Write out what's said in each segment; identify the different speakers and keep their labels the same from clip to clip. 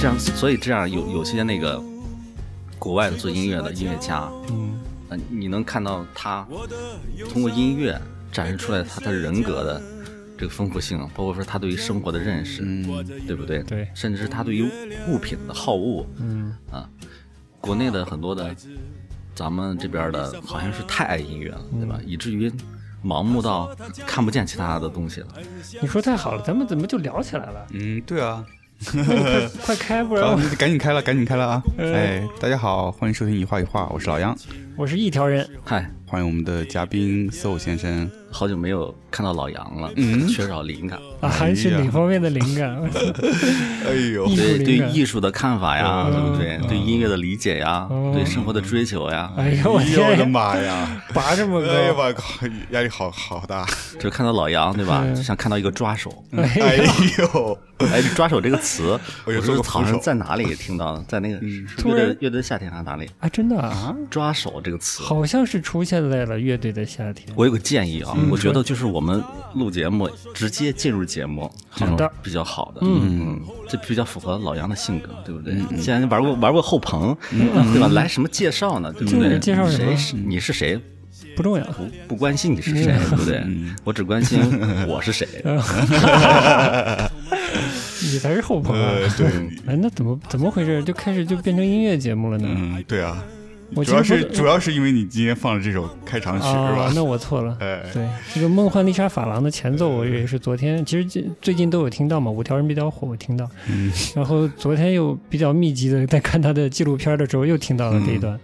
Speaker 1: 这样，所以这样有有些那个国外的做音乐的音乐家，
Speaker 2: 嗯，
Speaker 1: 呃，你能看到他通过音乐展示出来他的人格的这个丰富性，包括说他对于生活的认识，对不对？
Speaker 2: 对
Speaker 1: 甚至是他对于物品的好恶，嗯啊，国内的很多的，咱们这边的好像是太爱音乐了，对吧？以至于盲目到看不见其他的东西了。
Speaker 2: 你说太好了，咱们怎么就聊起来了？
Speaker 3: 嗯，对啊，
Speaker 2: 快快开，不然
Speaker 3: 好
Speaker 2: 我，
Speaker 3: 赶紧开了，赶紧开了啊！
Speaker 2: 嗯
Speaker 3: 哎，大家好，欢迎收听一画一画，我是老杨，
Speaker 2: 我是一条人，
Speaker 1: 嗨，
Speaker 3: 欢迎我们的嘉宾 So 先生。
Speaker 1: 好久没有看到老杨了，
Speaker 3: 嗯
Speaker 1: 缺少灵感。
Speaker 2: 啊，还是
Speaker 3: 哎呀
Speaker 2: 哪方面的灵 感？
Speaker 3: 哎呦
Speaker 2: 艺术
Speaker 1: 对对
Speaker 2: 灵感。
Speaker 1: 艺术的看法呀，
Speaker 2: 嗯
Speaker 1: 对不对？对音乐的理解呀
Speaker 2: 嗯，
Speaker 1: 对生活的追求呀，
Speaker 2: 哎呦，我
Speaker 3: 我的
Speaker 2: 天，
Speaker 3: 妈呀！
Speaker 2: 拔这么
Speaker 3: 哎呀
Speaker 2: 高，
Speaker 3: 我靠，压力好好大！
Speaker 1: 就看到老杨对吧
Speaker 2: 嗯？
Speaker 1: 就像看到一个抓手。
Speaker 3: 哎呦，
Speaker 1: 哎，抓手这个词，
Speaker 3: 我
Speaker 1: 我
Speaker 3: 有做
Speaker 1: 是
Speaker 3: 过
Speaker 1: 好
Speaker 3: 扶手
Speaker 1: 像在哪里听到的，在那个是
Speaker 2: 嗯突
Speaker 1: 乐
Speaker 2: 然
Speaker 1: 队乐队夏天还是哪里？
Speaker 2: 啊，真的啊，
Speaker 1: 抓手这个词，
Speaker 2: 好像是出现在了乐队的夏天。
Speaker 1: 我有个建议
Speaker 2: 嗯
Speaker 1: 啊，我觉得就是我们录节目直接进入节目，这种
Speaker 2: 的
Speaker 1: 比较好的，嗯，这比较符合老杨的性格，对不对？
Speaker 2: 嗯
Speaker 1: 既然玩过玩过后棚，对吧？来什么介绍呢？对不
Speaker 2: 就是
Speaker 1: 对？
Speaker 2: 介绍什么
Speaker 1: 谁是你是谁？
Speaker 2: 不重要，
Speaker 1: 不
Speaker 3: 嗯
Speaker 1: 不关心你是谁，对不对？我只关心我是谁。
Speaker 2: 你才是后朋啊！
Speaker 3: 呃，对，
Speaker 2: 哎，那怎么怎么回事？就开始就变成音乐节目了呢？
Speaker 3: 嗯，对啊，
Speaker 2: 我
Speaker 3: 主要
Speaker 2: 其实
Speaker 3: 是
Speaker 2: 不
Speaker 3: 主要是因为你今天放了这首开场曲是
Speaker 2: 啊
Speaker 3: 吧，？
Speaker 2: 那我错了。
Speaker 3: 哎
Speaker 2: 对，这个《梦幻丽莎法郎》的前奏，我也是昨天，其实最最近都有听到嘛，五条人比较火，我听到。然后昨天又比较密集的在看他的纪录片的时候，又听到了这一段。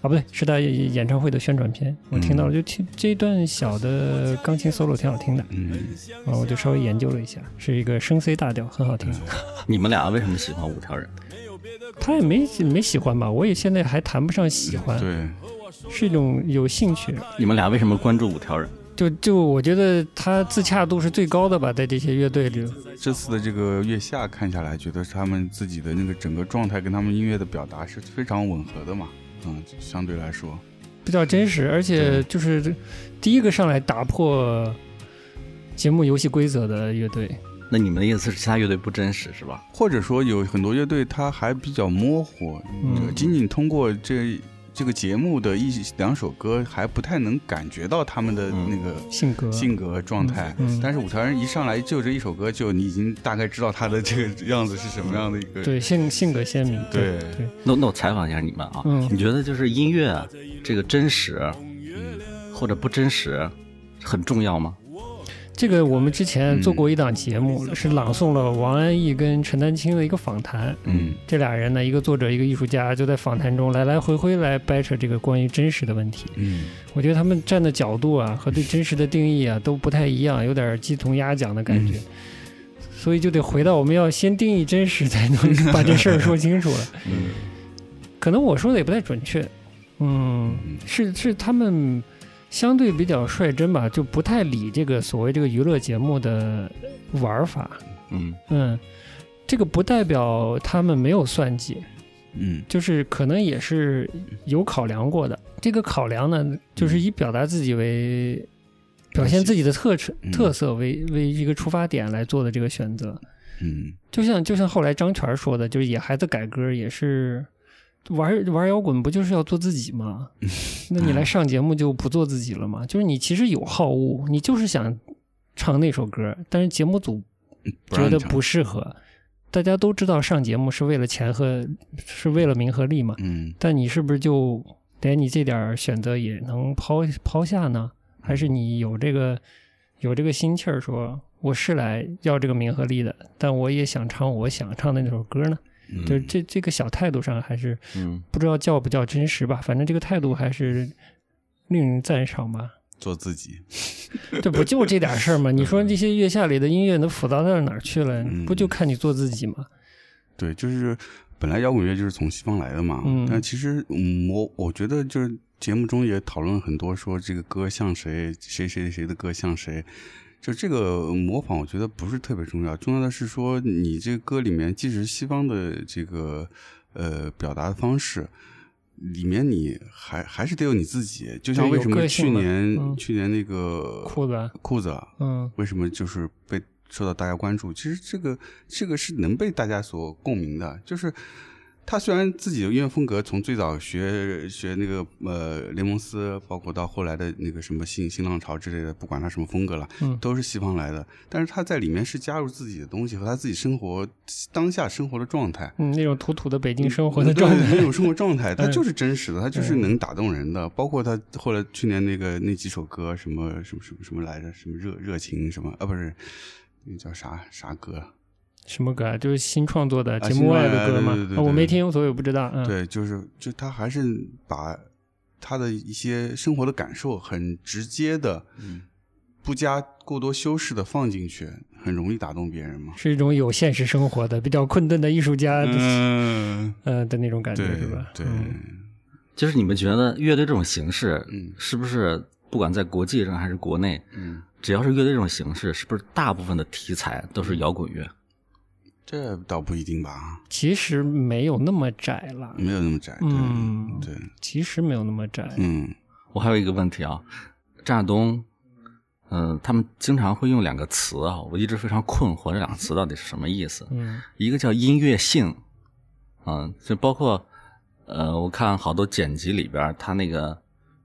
Speaker 2: 啊，不对，是他演演唱会的宣传片，我听到了，就听这一段小的钢琴 solo 挺好听的，
Speaker 3: 嗯，
Speaker 2: 啊，我就稍微研究了一下，是一个升 C 大调，很好听。
Speaker 1: 你们俩为什么喜欢五条人？
Speaker 2: 他也没没喜欢吧，我也现在还谈不上喜欢，
Speaker 3: 对，
Speaker 2: 是一种有兴趣，
Speaker 1: 你们俩为什么关注五条人？
Speaker 2: 就就我觉得他自洽度是最高的吧，在这些乐队里，
Speaker 3: 这次的这个月下看下来，觉得是他们自己的那个整个状态跟他们音乐的表达是非常吻合的嘛，嗯，相对来说，
Speaker 2: 比较真实，而且就是第一个上来打破节目游戏规则的乐队，
Speaker 1: 那你们的意思是其他乐队不真实是吧？
Speaker 3: 或者说有很多乐队它还比较模糊，
Speaker 2: 嗯
Speaker 3: 这仅仅通过这这个节目的一两首歌还不太能感觉到他们的
Speaker 1: 嗯
Speaker 3: 那个
Speaker 2: 性格，
Speaker 3: 性格状态。
Speaker 2: 嗯嗯
Speaker 3: 但是五条人一上来就这一首歌，就你已经大概知道他的这个样子是什么样的一个。
Speaker 2: 对性性格鲜明，
Speaker 3: 对
Speaker 2: 对，
Speaker 1: 那那我采访一下你们啊，
Speaker 2: 嗯
Speaker 1: 你觉得就是音乐这个真实、或者不真实很重要吗？
Speaker 2: 这个我们之前做过一档节目，
Speaker 3: 嗯
Speaker 2: 是朗诵了王安忆跟陈丹青的一个访谈，
Speaker 3: 嗯
Speaker 2: 这俩人呢，一个作者，一个艺术家，就在访谈中来来回回来掰扯这个关于真实的问题。
Speaker 3: 嗯
Speaker 2: 我觉得他们站的角度啊和对真实的定义啊都不太一样，有点鸡同鸭讲的感
Speaker 3: 嗯
Speaker 2: 觉。所以就得回到我们要先定义真实， 才能把这事儿说清楚了。
Speaker 3: 嗯
Speaker 2: 可能我说的也不太准确，嗯，
Speaker 3: 嗯
Speaker 2: 是是他们相对比较率真吧，就不太理这个所谓这个娱乐节目的玩法。
Speaker 1: 嗯，
Speaker 2: 嗯，这个不代表他们没有算计，
Speaker 3: 嗯
Speaker 2: 就是可能也是有考量过的。这个考量呢，就是以表达自己为表现自己的特色、
Speaker 3: 嗯
Speaker 2: 特色为为一个出发点来做的这个选择。
Speaker 3: 嗯
Speaker 2: 就像就像后来张全说的，就是野孩子改歌也是。玩玩摇滚不就是要做自己吗？
Speaker 3: 嗯
Speaker 2: 那你来上节目就不做自己了吗？就是你其实有好恶，你就是想唱那首歌，但是节目组
Speaker 3: 嗯不
Speaker 2: 觉
Speaker 3: 让
Speaker 2: 得
Speaker 3: 你
Speaker 2: 不
Speaker 3: 唱
Speaker 2: 适合。大家都知道上节目是为了钱和是为了名和利嘛，
Speaker 3: 嗯
Speaker 2: 但你是不是就连你这点儿选择也能抛抛下呢？还
Speaker 3: 嗯
Speaker 2: 是你有这个有这个心气儿说？我是来要这个名和利的，但我也想唱我想唱的那首歌呢。就是
Speaker 3: 嗯
Speaker 2: 这这个小态度上，还是
Speaker 1: 嗯
Speaker 2: 不知道叫不叫真实吧，反正这个态度还是令人赞赏吧。
Speaker 3: 做自己，
Speaker 2: 这不就这点事儿吗？你说这些月下里的音乐能复杂到哪儿去了
Speaker 3: 嗯？
Speaker 2: 不就看你做自己吗？
Speaker 3: 对，就是本来摇滚乐就是从西方来的嘛，
Speaker 2: 嗯
Speaker 3: 但其实嗯，我我觉得就是节目中也讨论很多，说这个歌像谁，谁谁谁的歌像谁。就这个模仿，我觉得不是特别重要，重要的是说你这个歌里面，即使是西方的这个呃表达方式，里面你还还是得有你自己。就像
Speaker 2: 对
Speaker 3: 为
Speaker 2: 有
Speaker 3: 什么
Speaker 2: 个
Speaker 3: 去
Speaker 2: 性的
Speaker 3: 年、
Speaker 2: 嗯
Speaker 3: 去年那个
Speaker 2: 裤子啊，
Speaker 3: 裤子啊，
Speaker 2: 嗯
Speaker 3: 为什么就是被受到大家关注。其实这个这个是能被大家所共鸣的，就是他虽然自己的音乐风格从最早学学那个呃雷蒙斯，包括到后来的那个什么新新浪潮之类的，不管他什么风格了，
Speaker 2: 嗯
Speaker 3: 都是西方来的，但是他在里面是加入自己的东西和他自己生活当下生活的状态。
Speaker 2: 嗯，那种土土的北京生活
Speaker 3: 对
Speaker 2: 的状
Speaker 3: 那
Speaker 2: 态，嗯
Speaker 3: 种生活 状态，它就是真实的，它就是能打动人的。包括他后来去年那个那几首歌，什么什么什么什么来着，什么热热情什么啊，不是那个叫啥啥歌？
Speaker 2: 什么歌啊？就是新创作的
Speaker 3: 啊
Speaker 2: 节目外的歌
Speaker 3: 新
Speaker 2: 嘛。
Speaker 3: 创作的对对对
Speaker 2: 啊我没
Speaker 3: 对
Speaker 2: 听，所以我不知道。嗯，
Speaker 3: 对，就是就他还是把他的一些生活的感受很直接的，不加过多修饰的放进去，很容易打动别 人嘛。
Speaker 2: 是一种有现实生活的、比较困顿的艺术家的，
Speaker 3: 嗯，
Speaker 2: 呃的那种啊感觉，
Speaker 3: 对
Speaker 2: 是吧？
Speaker 3: 对，
Speaker 2: 嗯
Speaker 1: 就是你们觉得乐队这种形式，
Speaker 3: 嗯
Speaker 1: 是不是不管在国际上还是国内，
Speaker 3: 嗯。
Speaker 1: 只要是乐队这种形式，是不是大部分的题材都是摇滚乐？
Speaker 3: 这倒不一定吧，
Speaker 2: 其实没有那么窄了，
Speaker 3: 没有那么窄。对
Speaker 2: 嗯
Speaker 3: 对，
Speaker 2: 其实没有那么窄。
Speaker 3: 嗯，
Speaker 1: 我还有一个问题啊，张亚东，嗯、他们经常会用两个词啊，我一直非常困惑，这两个词到底是什么意思？
Speaker 2: 嗯
Speaker 1: 一个叫音乐性，嗯，就包括呃，我看好多剪辑里边儿，他那个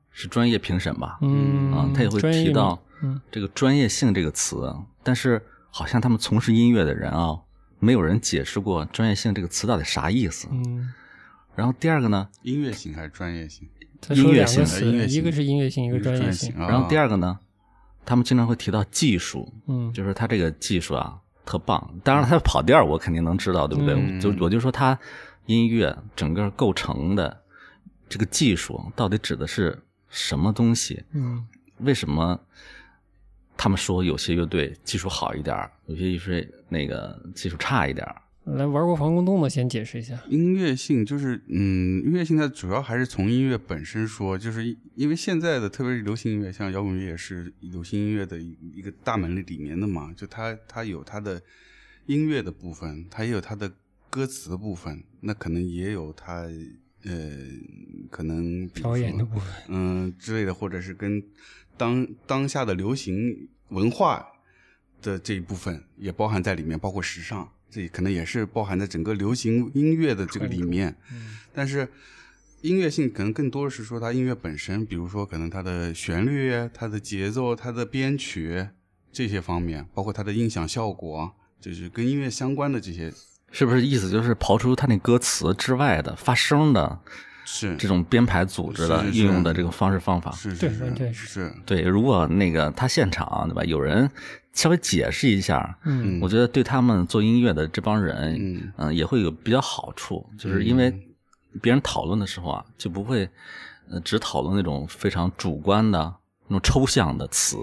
Speaker 1: 是专业评审吧，
Speaker 2: 嗯
Speaker 1: 啊，他也会
Speaker 2: 专业
Speaker 1: 提
Speaker 2: 吗
Speaker 1: 到
Speaker 2: 嗯
Speaker 1: 这个专业性这个词，但是好像他们从事音乐的人啊，没有人解释过专业性这个词到底啥意思。
Speaker 2: 嗯，
Speaker 1: 然后第二个呢，
Speaker 3: 音乐型还是专业型？
Speaker 2: 他说
Speaker 1: 音乐
Speaker 2: 两
Speaker 1: 性
Speaker 2: 个
Speaker 1: 的
Speaker 2: 词
Speaker 3: 音乐，
Speaker 2: 一
Speaker 3: 性
Speaker 2: 个是音乐性，一个专业性。
Speaker 3: 啊
Speaker 1: 然后第二个呢，他们经常会提到技术，
Speaker 2: 嗯，
Speaker 1: 就是他这个技术啊特棒。当然，他跑调儿我肯定能知道，对不对？
Speaker 2: 嗯
Speaker 1: 我就我就说他音乐整个构成的这个技术到底指的是什么东西？
Speaker 2: 嗯
Speaker 1: 为什么他们说有些乐队技术好一点儿，有些乐队那个技术差一点儿？
Speaker 2: 来玩过防空洞的，先解释一下。
Speaker 3: 音乐性就是，嗯，音乐性它主要还是从音乐本身说，就是因因为现在的特别是流行音乐，像摇滚乐也是流行音乐的一一个大门类里面的嘛，就它它有它的音乐的部分，它也有它的歌词的部分，那可能也有它呃可能比如
Speaker 2: 表演
Speaker 3: 说
Speaker 2: 的部分，
Speaker 3: 嗯之类的，或者是跟当当下的流行文化的这一部分也包含在里面，包括时尚，这可能也是包含在整个流行音乐的这个里面。
Speaker 2: 嗯
Speaker 3: 但是音乐性可能更多的是说它音乐本身，比如说可能它的旋律、它的节奏、它的编曲这些方面，包括它的音响效果，就是跟音乐相关的这些
Speaker 1: 是不是意思就是刨出他那歌词之外的发声的
Speaker 3: 是
Speaker 1: 这种啊编排组织的
Speaker 3: 是是是
Speaker 1: 运用的这个方式方法？
Speaker 3: 是
Speaker 2: 对
Speaker 3: 是
Speaker 2: 完全
Speaker 3: 是
Speaker 2: 是
Speaker 3: 是
Speaker 1: 对，如果那个他现场对吧，有人稍微解释一下，
Speaker 2: 嗯
Speaker 1: 我觉得对他们做音乐的这帮人，
Speaker 3: 嗯
Speaker 1: 也会有比较好处，就是因为别人讨论的时候啊，就不会呃只讨论那种非常主观的那种抽象的词，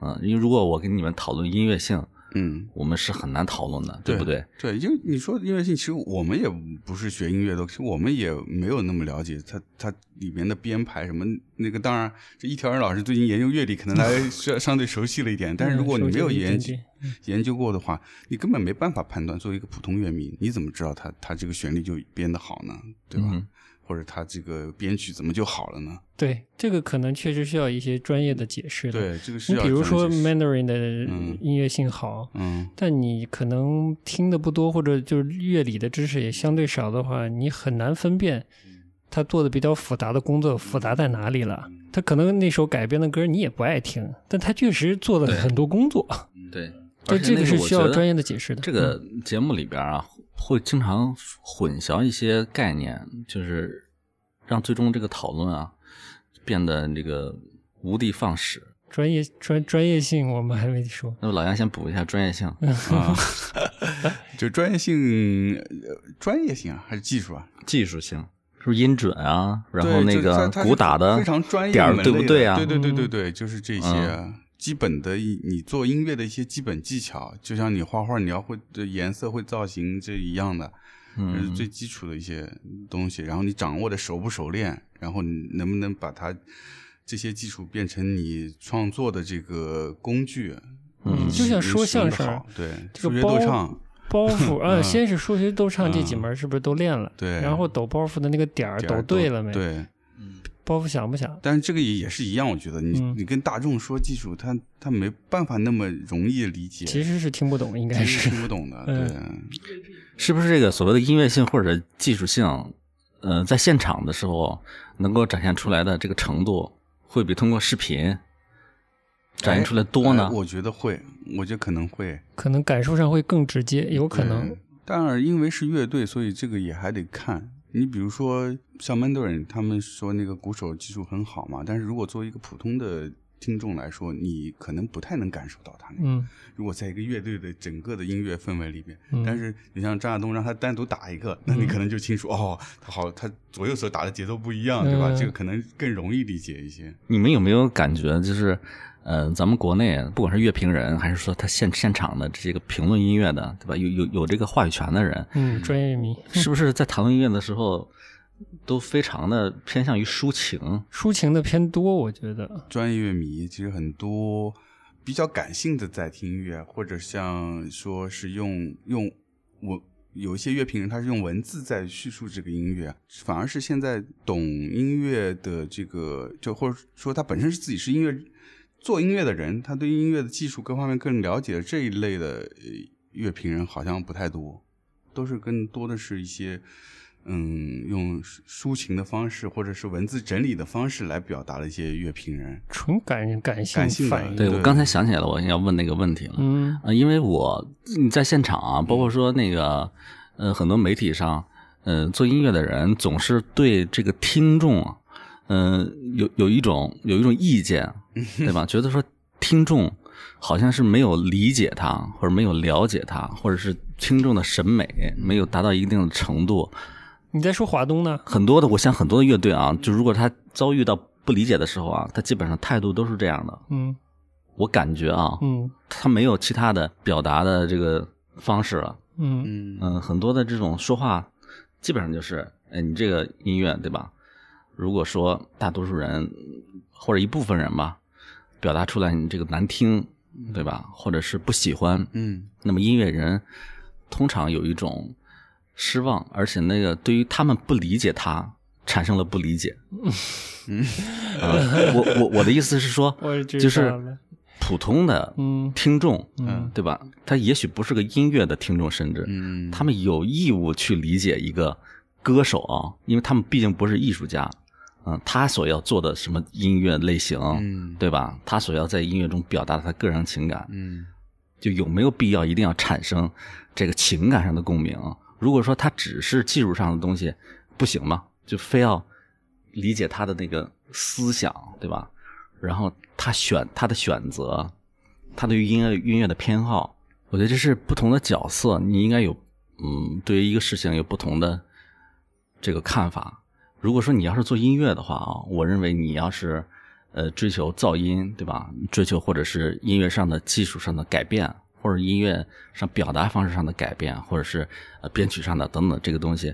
Speaker 1: 嗯、因为如果我跟你们讨论音乐性，
Speaker 3: 嗯。
Speaker 1: 我们是很难讨论的，对不对？
Speaker 3: 对，因为你说音乐性，其实我们也不是学音乐的，其实我们也没有那么了解它它里面的编排什么那个。当然，这一条人老师最近研究乐理，可 能他相相对熟悉了一点，但是如果你没有研究
Speaker 2: 嗯熟悉了一点
Speaker 3: 研究过的话，你根本没办法判断。作为一个普通乐迷，你怎么知道他他这个旋律就编得好呢？对吧？
Speaker 1: 嗯
Speaker 3: 或者他这个编曲怎么就好了呢？
Speaker 2: 对这个可能确实需要一些专业的解释的。
Speaker 3: 对，这个是
Speaker 2: 你
Speaker 3: 要
Speaker 2: 比如说
Speaker 3: 专业知识
Speaker 2: Mandarin 的
Speaker 3: 嗯
Speaker 2: 音乐性好，
Speaker 3: 嗯
Speaker 2: 但你可能听的不多，或者就是乐理的知识也相对少的话，你很难分辨他做的比较复杂的工作复杂在哪里了。
Speaker 3: 嗯
Speaker 2: 他可能那首改编的歌你也不爱听，但他确实做了很多工作。
Speaker 1: 对，
Speaker 2: 对，
Speaker 1: 嗯而且
Speaker 2: 这
Speaker 1: 那
Speaker 2: 个是需
Speaker 1: 我
Speaker 2: 要
Speaker 1: 觉得
Speaker 2: 专业的解释的。嗯
Speaker 1: 这个节目里边啊，会经常混淆一些概念，就是让最终这个讨论啊变得这个无的放矢。
Speaker 2: 专业专专业性我们还没说。
Speaker 1: 那么老杨先补一下专业性，
Speaker 3: 啊， 就专业性，呃专业性啊，还是技术啊？
Speaker 1: 技术性是不是音准啊？然
Speaker 3: 对
Speaker 1: 后那
Speaker 3: 就是它
Speaker 1: 个
Speaker 3: 它是
Speaker 1: 鼓打的
Speaker 3: 非常专业
Speaker 1: 点儿
Speaker 3: 门
Speaker 1: 对不
Speaker 3: 类的
Speaker 1: 对啊？嗯
Speaker 3: 对对对对
Speaker 2: 嗯
Speaker 3: 对，就是这些啊基本的一，你做音乐的一些基本技巧，就像你画画，你要会对颜色、会造型这一样的，这是
Speaker 1: 嗯，
Speaker 3: 最基础的一些东西。然后你掌握的熟不熟练，然后你能不能把它这些技术变成你创作的这个工具？
Speaker 1: 嗯
Speaker 3: 你
Speaker 2: 就像说相声
Speaker 3: 你使用得好对，
Speaker 2: 这
Speaker 3: 数
Speaker 2: 个
Speaker 3: 学
Speaker 2: 包
Speaker 3: 逗唱，
Speaker 2: 包 袱啊，
Speaker 3: 嗯
Speaker 2: 先是数学都唱这几门是不是都练了？
Speaker 3: 对
Speaker 2: 然后抖包袱的那个点儿
Speaker 3: 点
Speaker 2: 抖
Speaker 3: 儿
Speaker 2: 对了没？
Speaker 3: 对，
Speaker 2: 包袱响不响？
Speaker 3: 但是这个也也是一样，我觉得你、
Speaker 2: 嗯
Speaker 3: 你跟大众说技术，他他没办法那么容易理解，
Speaker 2: 其实是听不懂，应该
Speaker 3: 其
Speaker 2: 是嗯
Speaker 3: 实听不懂的。对，
Speaker 1: 是不是这个所谓的音乐性或者技术性，呃，在现场的时候能够展现出来的这个程度，会比通过视频展现出来多呢
Speaker 3: 哎？我觉得会，我觉得可能会。
Speaker 2: 可能感受上会更直接，有可能
Speaker 3: 嗯对。但是因为是乐队，所以这个也还得看。你比如说像 Mandarin，他们说那个鼓手技术很好嘛，但是如果作为一个普通的听众来说，你可能不太能感受到他那个。
Speaker 2: 嗯，
Speaker 3: 如果在一个乐队的整个的音乐氛围里面，
Speaker 2: 嗯
Speaker 3: 但是你像张亚东让他单独打一个，那你可能就清楚哦，他好，他左右手打的节奏不一样，对吧？
Speaker 2: 嗯
Speaker 3: 这个可能更容易理解一些。
Speaker 1: 你们有没有感觉，就是，呃，咱们国内不管是乐评人，还是说他现现场的这个评论音乐的，对吧？有有有这个话语权的人，
Speaker 2: 嗯，专业迷，
Speaker 1: 是不是在谈论音乐的时候，都非常的偏向于抒情？
Speaker 2: 抒情的偏多，我觉得。
Speaker 3: 专业乐迷其实很多比较感性的在听音乐，或者像说是用用我有一些乐评人他是用文字在叙述这个音乐，反而是现在懂音乐的这个就或者说他本身是自己是音乐做音乐的人，他对音乐的技术各方面更了解的这一类的呃乐评人好像不太多，都是更多的是一些。嗯，用抒情的方式或者是文字整理的方式来表达的一些乐评人，
Speaker 2: 纯感感
Speaker 3: 感性
Speaker 2: 性
Speaker 3: 的
Speaker 2: 反应。
Speaker 1: 对我
Speaker 3: 对
Speaker 1: 刚才想起来了，我要问那个问题了。
Speaker 2: 嗯
Speaker 1: 呃，因为我嗯在现场啊，包括说那个呃，很多媒体上，呃，做音乐的人总是对这个听众啊，嗯、有有一种有一种意见，对吧？觉得说听众好像是没有理解他，或者没有了解他，或者是听众的审美没有达到一定的程度。
Speaker 2: 你在说华东呢？
Speaker 1: 很多的，我想很多的乐队啊，就如果他遭遇到不理解的时候啊，他基本上态度都是这样的。
Speaker 2: 嗯
Speaker 1: 我感觉啊，
Speaker 2: 嗯
Speaker 1: 他没有其他的表达的这个方式了。
Speaker 2: 嗯
Speaker 3: 嗯
Speaker 1: 嗯，很多的这种说话，基本上就是，哎，你这个音乐对吧？如果说大多数人或者一部分人吧，表达出来你这个难听，对吧？或者是不喜欢，
Speaker 3: 嗯
Speaker 1: 那么音乐人通常有一种失望，而且那个对于他们不理解他产生了不理解。
Speaker 3: 嗯
Speaker 1: 啊，我我我的意思是说
Speaker 2: 我也，知道
Speaker 1: 就是
Speaker 2: 了
Speaker 1: 普通的
Speaker 2: 嗯
Speaker 1: 听众，
Speaker 2: 嗯
Speaker 1: 对吧？他也许不是个音乐的听众，甚至
Speaker 3: 嗯，
Speaker 1: 他们有义务去理解一个歌手啊，因为他们毕竟不是艺术家，嗯，他所要做的什么音乐类型，
Speaker 3: 嗯
Speaker 1: 对吧？他所要在音乐中表达他个人情感，
Speaker 3: 嗯
Speaker 1: 就有没有必要一定要产生这个情感上的共鸣？如果说他只是技术上的东西，不行吗？就非要理解他的那个思想，对吧？然后他选他的选择，他对于音乐音乐的偏好，我觉得这是不同的角色，你应该有嗯，对于一个事情有不同的这个看法。如果说你要是做音乐的话啊，我认为你要是呃追求噪音，对吧？追求或者是音乐上的技术上的改变，或者音乐上表达方式上的改变，或者是呃编曲上的等等这个东西，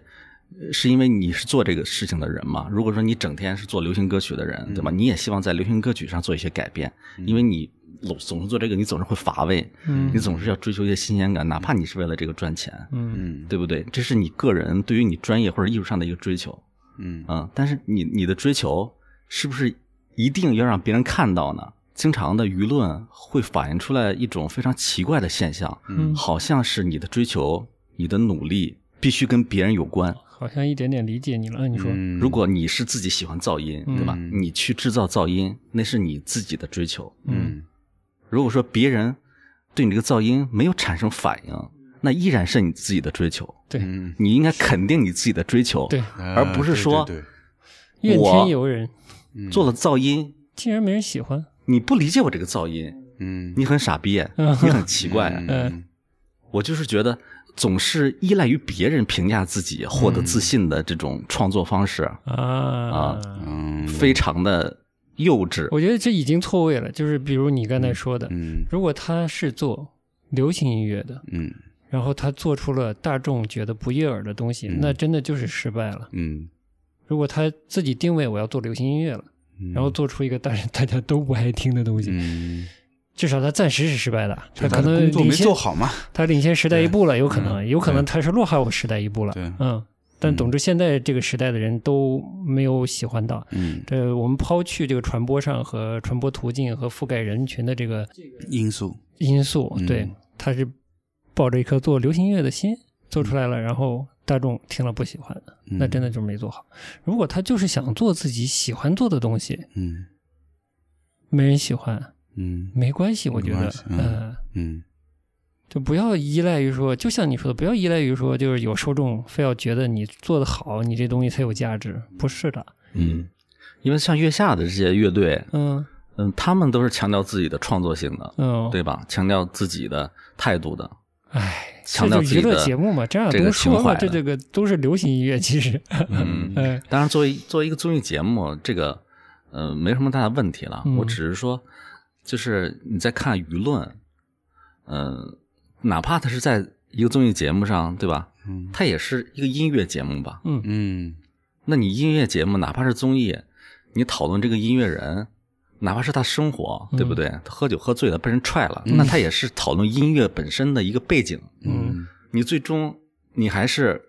Speaker 1: 呃是因为你是做这个事情的人嘛？如果说你整天是做流行歌曲的人，对吧？你也希望在流行歌曲上做一些改变，因为你总总是做这个，你总是会乏味，
Speaker 2: 嗯
Speaker 1: 你总是要追求一些新鲜感，哪怕你是为了这个赚钱，
Speaker 2: 嗯
Speaker 3: 嗯
Speaker 1: 对不对？这是你个人对于你专业或者艺术上的一个追求
Speaker 3: 嗯
Speaker 1: 啊、嗯但是你你的追求是不是一定要让别人看到呢？经常的舆论会反映出来一种非常奇怪的现象，
Speaker 2: 嗯，
Speaker 1: 好像是你的追求、你的努力必须跟别人有关。
Speaker 2: 好像一点点理解你了。你说，
Speaker 3: 嗯
Speaker 1: 如果你是自己喜欢噪音，
Speaker 2: 嗯
Speaker 1: 对吧？你去制造噪音，那是你自己的追求。
Speaker 2: 嗯
Speaker 3: 嗯
Speaker 1: 如果说别人对你这个噪音没有产生反应，那依然是你自己的追求。
Speaker 2: 对
Speaker 3: 嗯，
Speaker 1: 你应该肯定你自己的追求，
Speaker 2: 对，
Speaker 1: 而不是说
Speaker 3: 啊对对对
Speaker 2: 怨天尤人，
Speaker 3: 嗯
Speaker 1: 做了噪音，
Speaker 2: 竟然没人喜欢。
Speaker 1: 你不理解我这个噪音，
Speaker 3: 嗯
Speaker 1: 你很傻逼，
Speaker 2: 嗯
Speaker 1: 你很奇怪。啊
Speaker 3: 嗯
Speaker 1: 我就是觉得总是依赖于别人评价自己，获得自信的这种创作方式，
Speaker 2: 啊
Speaker 3: 嗯
Speaker 1: 非常的幼稚。
Speaker 2: 我觉得这已经错位了。就是比如你刚才说的，
Speaker 3: 嗯
Speaker 2: 如果他是做流行音乐的，
Speaker 3: 嗯
Speaker 2: 然后他做出了大众觉得不悦耳的东西，
Speaker 3: 嗯
Speaker 2: 那真的就是失败了。
Speaker 3: 嗯，
Speaker 2: 如果他自己定位我要做流行音乐了，
Speaker 3: 嗯
Speaker 2: 然后做出一个大家大家都不爱听的东西，
Speaker 3: 嗯，
Speaker 2: 至少他暂时是失败的。
Speaker 3: 就
Speaker 2: 可
Speaker 3: 他的
Speaker 2: 能
Speaker 3: 工作
Speaker 2: 领
Speaker 3: 没
Speaker 2: 先
Speaker 3: 做好嘛，
Speaker 2: 他领先时代一步了，有可能，有可能
Speaker 3: 对
Speaker 2: 他是落后时代一步了
Speaker 3: 对。
Speaker 2: 嗯，但总之，现在这个时代的人都没有喜欢到。
Speaker 3: 嗯，
Speaker 2: 这我们抛去这个传播上和传播途径和覆盖人群的这个
Speaker 3: 因素，
Speaker 2: 因素，
Speaker 3: 嗯
Speaker 2: 对，他是抱着一颗做流行音乐的心做出来了，然后大众听了不喜欢，
Speaker 3: 嗯
Speaker 2: 那真的就是没做好。如果他就是想做自己喜欢做的东西，
Speaker 3: 嗯
Speaker 2: 没人喜欢，
Speaker 3: 嗯
Speaker 2: 没关系，我觉
Speaker 3: 没
Speaker 2: 得
Speaker 3: 关系，嗯
Speaker 2: 嗯、
Speaker 3: 嗯
Speaker 2: 就不要依赖于说，就像你说的，不要依赖于说，就是有受众非要觉得你做的好，你这东西才有价值，不是的，
Speaker 1: 嗯，因为像月下的这些乐队，
Speaker 2: 嗯
Speaker 1: 嗯，他们都是强调自己的创作性的，
Speaker 2: 嗯，
Speaker 1: 对吧？强调自己的态度的，
Speaker 2: 哎，
Speaker 1: 强
Speaker 2: 这
Speaker 1: 调
Speaker 2: 就
Speaker 1: 自己
Speaker 2: 娱乐
Speaker 1: 的
Speaker 2: 节目嘛，这样
Speaker 1: 这个
Speaker 2: 都说
Speaker 1: 情怀
Speaker 2: 嘛，
Speaker 1: 的
Speaker 2: 这这个都是流行音乐，其实，
Speaker 1: 嗯，
Speaker 2: 哎，
Speaker 1: 当然，作为作为一个综艺节目，这个呃没什么大的问题了。
Speaker 2: 嗯
Speaker 1: 我只是说，就是你在看舆论，嗯，哪怕它是在一个综艺节目上，对吧？
Speaker 3: 嗯
Speaker 1: 它也是一个音乐节目吧？
Speaker 2: 嗯
Speaker 3: 嗯
Speaker 1: 那你音乐节目，哪怕是综艺，你讨论这个音乐人，哪怕是他生活，对不对？他喝酒喝醉了，被人踹了，那他也是讨论音乐本身的一个背景。
Speaker 3: 嗯
Speaker 1: 你最终你还是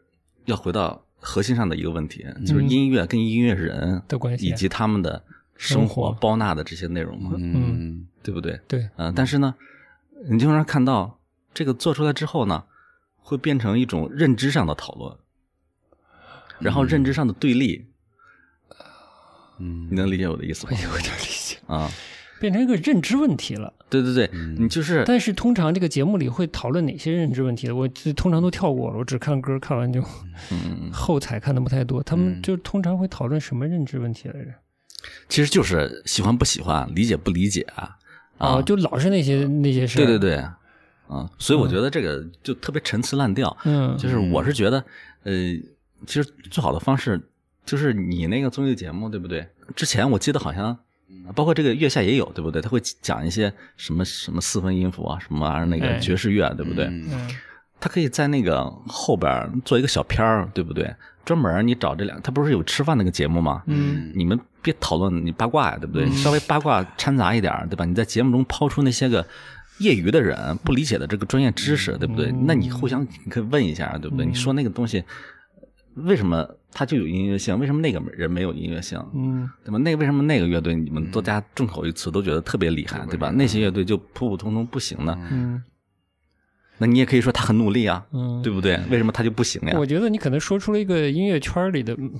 Speaker 1: 要回到核心上的一个问题，就是音乐跟音乐人
Speaker 2: 的关系
Speaker 1: 以及他们的生
Speaker 2: 生活
Speaker 1: 活包纳的这些内容嘛，
Speaker 3: 嗯
Speaker 1: 对不对？
Speaker 2: 对，
Speaker 1: 嗯、但是呢，你经常看到这个做出来之后呢，会变成一种认知上的讨论，然后认知上的对立，
Speaker 3: 嗯
Speaker 1: 你能理解我的意思吗？哎我能理解啊，
Speaker 2: 变成一个认知问题了。
Speaker 1: 对对对，你就是
Speaker 2: 但是通常这个节目里会讨论哪些认知问题的，我这通常都跳过了，我只看歌，看完就
Speaker 1: 嗯，
Speaker 2: 后采看的不太多。他们就通常会讨论什么认知问题来着？
Speaker 1: 其实就是喜欢不喜欢，理解不理解啊，
Speaker 2: 啊，就老是那些那些事儿。
Speaker 1: 对对，对，嗯，所以我觉得这个就特别陈词滥调，
Speaker 2: 嗯
Speaker 1: 就是我是觉得，呃，其实最好的方式就是你那个综艺节目，对不对？之前我记得好像，包括这个月下也有，对不对？他会讲一些什么什么四分音符啊，什么玩意儿那个
Speaker 2: 哎
Speaker 1: 爵士乐，对不对？
Speaker 2: 嗯
Speaker 1: 他可以在那个后边儿做一个小片儿，对不对？专门儿你找这两，他不是有吃饭那个节目吗？
Speaker 2: 嗯
Speaker 1: 你们别讨论你八卦呀，对不对？稍微八卦掺杂一点儿，对吧？你在节目中抛出那些个业余的人不理解的这个专业知识，对不对？那你互相你可以问一下，对不对？你说那个东西为什么它就有音乐性？为什么那个人没有音乐性？
Speaker 2: 嗯
Speaker 1: 对吧？那为什么那个乐队你们多加众口一词都觉得特别厉害，对吧？那些乐队就普普通通不行呢？
Speaker 2: 嗯
Speaker 1: 那你也可以说他很努力啊，
Speaker 2: 嗯。
Speaker 1: 对不对？为什么他就不行呀？
Speaker 2: 我觉得你可能说出了一个音乐圈儿里的，嗯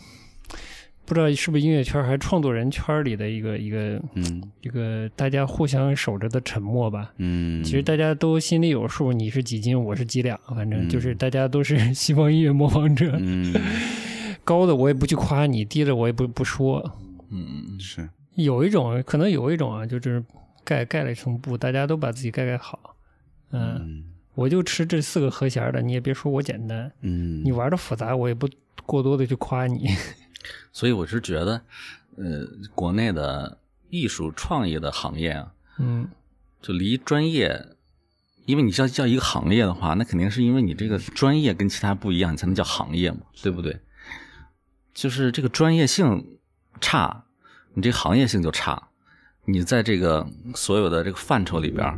Speaker 2: 不知道是不是音乐圈儿还是创作人圈儿里的一个一个
Speaker 3: 嗯
Speaker 2: 一个大家互相守着的沉默吧。
Speaker 3: 嗯，
Speaker 2: 其实大家都心里有数，你是几斤，我是几两，反正就是
Speaker 1: 嗯
Speaker 2: 大家都是 西方音乐模仿者，
Speaker 3: 嗯
Speaker 2: 高的我也不去夸你，低的我也不不说。
Speaker 1: 嗯，
Speaker 3: 是
Speaker 2: 有一种可能有一种啊，就是盖盖了一层布，大家都把自己盖盖好。嗯，
Speaker 3: 嗯
Speaker 2: 我就吃这四个和弦儿的，你也别说我简单，
Speaker 3: 嗯
Speaker 2: 你玩的复杂，我也不过多的去夸你。
Speaker 1: 所以我是觉得，呃，国内的艺术创意的行业啊，
Speaker 2: 嗯
Speaker 1: 就离专业，因为你要叫一个行业的话，那肯定是因为你这个专业跟其他不一样，你才能叫行业嘛，对不对？就是这个专业性差，你这行业性就差，你在这个所有的这个范畴里边儿，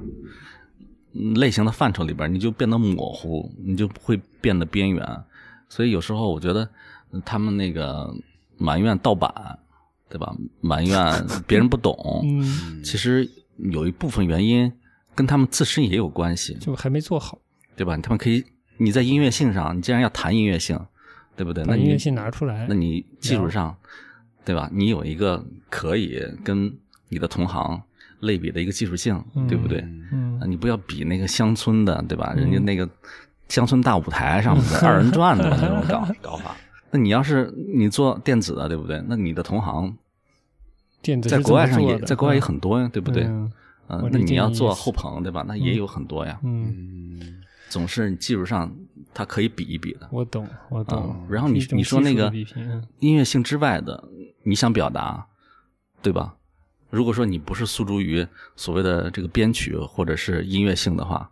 Speaker 1: 嗯类型的范畴里边儿，你就变得模糊，你就会变得边缘。所以有时候我觉得嗯他们那个埋怨盗版，对吧？埋怨别人不懂，
Speaker 2: 嗯，
Speaker 1: 其实有一部分原因跟他们自身也有关系，
Speaker 2: 就还没做好，
Speaker 1: 对吧？他们可以，你在音乐性上，你既然要谈音乐性，对不对？
Speaker 2: 把
Speaker 1: 那
Speaker 2: 音乐
Speaker 1: 你
Speaker 2: 性拿出来
Speaker 1: 那。你技术上，对吧？你有一个可以跟你的同行类比的一个技术性，对不对？
Speaker 2: 嗯
Speaker 1: 啊，你不要比那个乡村的，对吧？人家那个乡村大舞台上面 的二人转的那种搞搞法。那你要是你做电子的，对不对？那你的同行
Speaker 2: 电子
Speaker 1: 在
Speaker 2: 是
Speaker 1: 国
Speaker 2: 怎
Speaker 1: 外
Speaker 2: 么
Speaker 1: 上
Speaker 2: 做
Speaker 1: 也
Speaker 2: 的
Speaker 1: 在国外也
Speaker 2: 嗯
Speaker 1: 很多呀，对不对？
Speaker 2: 嗯
Speaker 1: 嗯、
Speaker 2: 我
Speaker 1: 那
Speaker 2: 理
Speaker 1: 你
Speaker 2: 解
Speaker 1: 要
Speaker 2: 你
Speaker 1: 做
Speaker 2: 意思
Speaker 1: 后朋，对吧？那也有很多呀，
Speaker 2: 嗯。
Speaker 3: 嗯
Speaker 1: 总是技术上它可以比一比的。
Speaker 2: 我懂，我懂。
Speaker 1: 嗯然后你
Speaker 2: 是一种
Speaker 1: 你说那
Speaker 2: 技术
Speaker 1: 个
Speaker 2: 的比拼嗯
Speaker 1: 音乐性之外的，你想表达，对吧？如果说你不是诉诸于所谓的这个编曲或者是音乐性的话，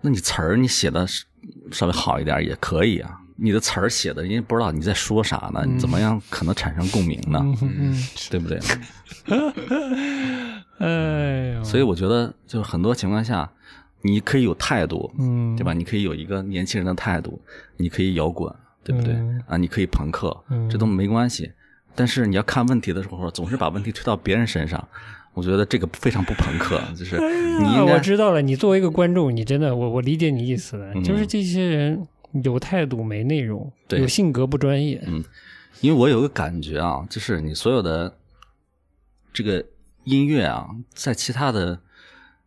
Speaker 1: 那你词儿你写的是稍微好一点也可以啊。你的词儿写的，人家不知道你在说啥呢，你怎么样可能产生共鸣呢？
Speaker 2: 嗯
Speaker 1: 对 不对？
Speaker 2: 嗯，哎呦，
Speaker 1: 所以我觉得，就是很多情况下，你可以有态度，
Speaker 2: 嗯，
Speaker 1: 对吧？你可以有一个年轻人的态度，你可以摇滚，对不对？
Speaker 2: 嗯
Speaker 1: 啊，你可以朋克，
Speaker 2: 嗯
Speaker 1: 这都没关系。但是你要看问题的时候，总是把问题推到别人身上，我觉得这个非常不朋克。就是你
Speaker 2: 啊，
Speaker 1: 应
Speaker 2: 我
Speaker 1: 该，
Speaker 2: 知道了。你作为一个观众，你真的，我我理解你意思了，就是这些人有态度没内容，
Speaker 1: 嗯对嗯
Speaker 2: 有性格不专业。
Speaker 1: 因为我有个感觉啊，就是你所有的这个音乐啊，在其他的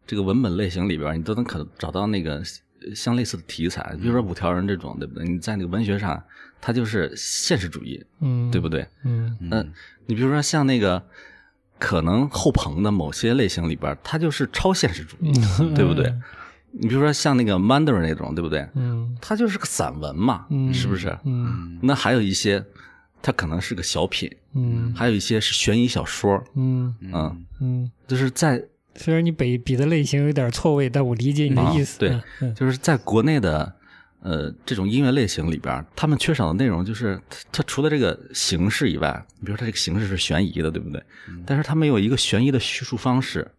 Speaker 1: 这个文本类型里边，你都能可找到那个相类似的题材。比如说五条人这种，对不对？你在那个文学上，它就是现实主义，
Speaker 2: 嗯，
Speaker 1: 对不？对？
Speaker 2: 嗯
Speaker 1: 嗯，你比如说像那个可能后朋的某些类型里边，它就是超现实主义，对不对？你比如说像那个 Mandarin 那种，对不对？
Speaker 2: 嗯
Speaker 1: 它就是个散文嘛，
Speaker 2: 嗯
Speaker 1: 是不是？
Speaker 2: 嗯
Speaker 1: 那还有一些，它可能是个小品，
Speaker 2: 嗯
Speaker 1: 还有一些是悬疑小说，
Speaker 2: 嗯
Speaker 1: 嗯，
Speaker 2: 嗯。
Speaker 1: 就是在
Speaker 2: 虽然你比比的类型有点错位，但我理解你的意思。
Speaker 1: 啊对
Speaker 2: 嗯，
Speaker 1: 就是在国内的。呃，这种音乐类型里边，他们缺少的内容就是它，它除了这个形式以外，比如说它这个形式是悬疑的，对不对？但是它没有一个悬疑的叙述方式，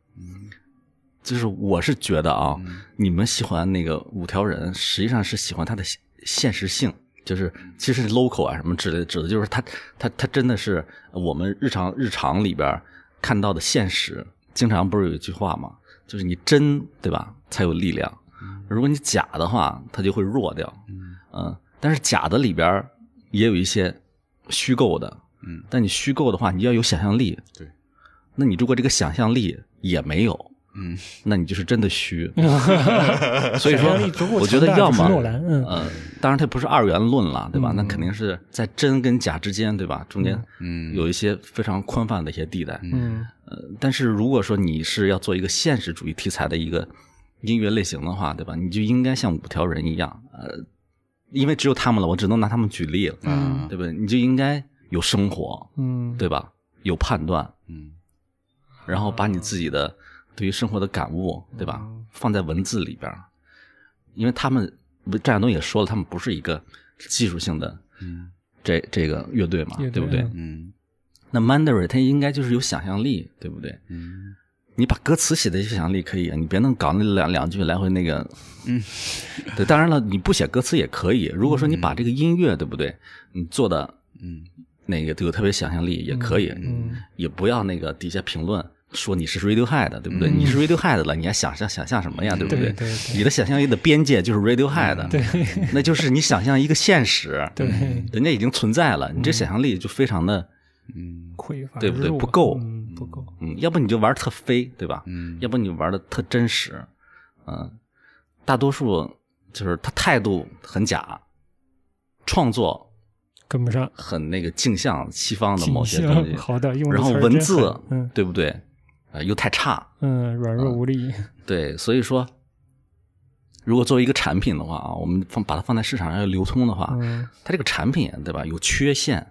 Speaker 1: 就是我是觉得啊，你们喜欢那个五条人，实际上是喜欢他的现现实性，就是其实 local 啊什么之类的，指的就是他他他真的是我们日常日常里边看到的现实。经常不是有一句话嘛，就是你真对吧才有力量，如果你假的话，它就会弱掉。嗯，但是假的里边也有一些虚构的，
Speaker 3: 嗯，
Speaker 1: 但你虚构的话，你要有想象力，
Speaker 3: 对，
Speaker 1: 那你如果这个想象力也没有，
Speaker 3: 嗯，
Speaker 1: 那你就是真的虚。
Speaker 2: 嗯
Speaker 1: 所
Speaker 2: 所
Speaker 1: 以说，我觉得要
Speaker 2: 诺
Speaker 1: 么，
Speaker 2: 兰，嗯
Speaker 1: 呃，当然它不是二元论了，对吧？那肯定是在真跟假之间，对吧？中间
Speaker 3: 嗯
Speaker 1: 有一些非常宽泛的一些地带。
Speaker 2: 嗯
Speaker 1: 呃，但是如果说你是要做一个现实主义题材的一个音乐类型的话，对吧？你就应该像五条人一样，呃，因为只有他们了，我只能拿他们举例了，
Speaker 3: 嗯
Speaker 1: 对不对？你就应该有生活，
Speaker 2: 嗯，
Speaker 1: 对吧？有判断，
Speaker 3: 嗯
Speaker 1: 然后把你自己的对于生活的感悟，对吧？
Speaker 2: 嗯
Speaker 1: 放在文字里边儿，因为他们赵亚东也说了，他们不是一个技术性的
Speaker 3: 嗯
Speaker 1: 这这个乐队嘛，
Speaker 2: 乐队
Speaker 1: 对不对？
Speaker 2: 嗯
Speaker 3: 嗯
Speaker 1: 那 Mandarin 他应该就是有想象力，对不对？
Speaker 3: 嗯，
Speaker 1: 你把歌词写的有想象力可以，你别弄搞那两两句来回那个，嗯， 对，当然了，你不写歌词也可以。如果说你
Speaker 2: 嗯
Speaker 1: 把这个音乐，对不对？你做的
Speaker 3: 嗯
Speaker 1: 那个有特别想象力也可以，
Speaker 2: 嗯嗯
Speaker 1: 也不要那个底下评论说你是 Radiohead 的，对不对？
Speaker 2: 嗯
Speaker 1: 你是 Radiohead 了，你还想象想象什么呀，对不
Speaker 2: 对对对
Speaker 1: 你的想象力的边界就是 Radiohead，的
Speaker 2: 对
Speaker 1: 那就是你想象一个现实，
Speaker 2: 对，嗯
Speaker 1: 人家已经存在了，你这想象力就非常的，
Speaker 3: 嗯
Speaker 2: 匮乏，
Speaker 1: 对不对
Speaker 2: 弱
Speaker 1: 不够
Speaker 2: 嗯，不够，
Speaker 1: 嗯，要不你就玩特飞，对吧？
Speaker 3: 嗯，
Speaker 1: 要不你玩的特真实，嗯，大多数就是他态度很假，创作
Speaker 2: 跟不上。
Speaker 1: 很那个镜像西方的某
Speaker 2: 形
Speaker 1: 些东
Speaker 2: 象
Speaker 1: 西，
Speaker 2: 好的，用的
Speaker 1: 然后
Speaker 2: 词儿
Speaker 1: 文
Speaker 2: 真
Speaker 1: 字
Speaker 2: 狠，嗯
Speaker 1: 对不对？啊、又太差，
Speaker 2: 嗯，软弱无力，
Speaker 1: 对，所以说，如果作为一个产品的话啊，我们放把它放在市场上要流通的话，
Speaker 2: 嗯，
Speaker 1: 它这个产品对吧有缺陷。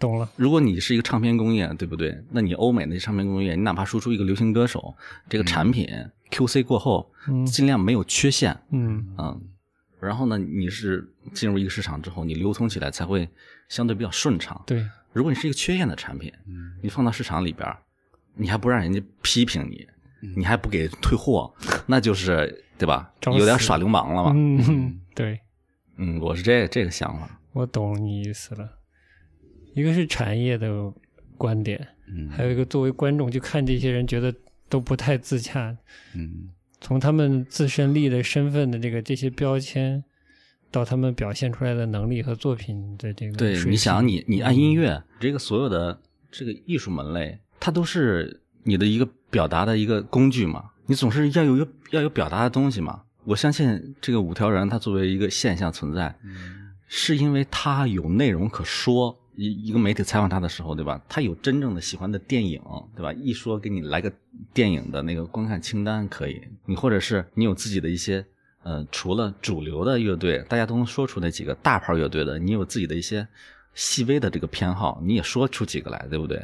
Speaker 2: 懂了，
Speaker 1: 如果你是一个唱片工业，对不对？那你欧美那唱片工业，你哪怕输出一个流行歌手，这个产品 QC 过后，
Speaker 2: 嗯
Speaker 1: 尽量没有缺陷，
Speaker 2: 嗯
Speaker 1: 嗯，然后呢，你是进入一个市场之后，你流通起来才会相对比较顺畅。
Speaker 2: 对，
Speaker 1: 如果你是一个缺陷的产品，
Speaker 3: 嗯
Speaker 1: 你放到市场里边儿，你还不让人家批评你，
Speaker 2: 嗯
Speaker 3: 嗯
Speaker 1: 你还不给退 货，那就是对吧？
Speaker 2: 找死
Speaker 1: 有点耍流氓了嘛。
Speaker 2: 嗯，对，
Speaker 1: 嗯，我是这这个想法。
Speaker 2: 我懂你意思了。一个是产业的观点，
Speaker 3: 嗯
Speaker 2: 还有一个作为观众就看这些人觉得都不太自洽，
Speaker 3: 嗯
Speaker 2: 从他们自身立的身份的这个这些标签，到他们表现出来的能力和作品的这个
Speaker 1: 对，
Speaker 2: 水
Speaker 1: 你
Speaker 2: 平
Speaker 1: 想你你按音乐这个所有的这个艺术门类，它都是你的一个表达的一个工具嘛，你总是要有有要有表达的东西嘛。我相信这个五条人，它作为一个现象存在，
Speaker 3: 嗯
Speaker 1: 是因为它有内容可说。一一个媒体采访他的时候，对吧？他有真正的喜欢的电影，对吧？一说给你来个电影的那个观看清单可以，你或者是你有自己的一些呃，除了主流的乐队，大家都能说出那几个大牌乐队的，你有自己的一些细微的这个偏好，你也说出几个来，对不对？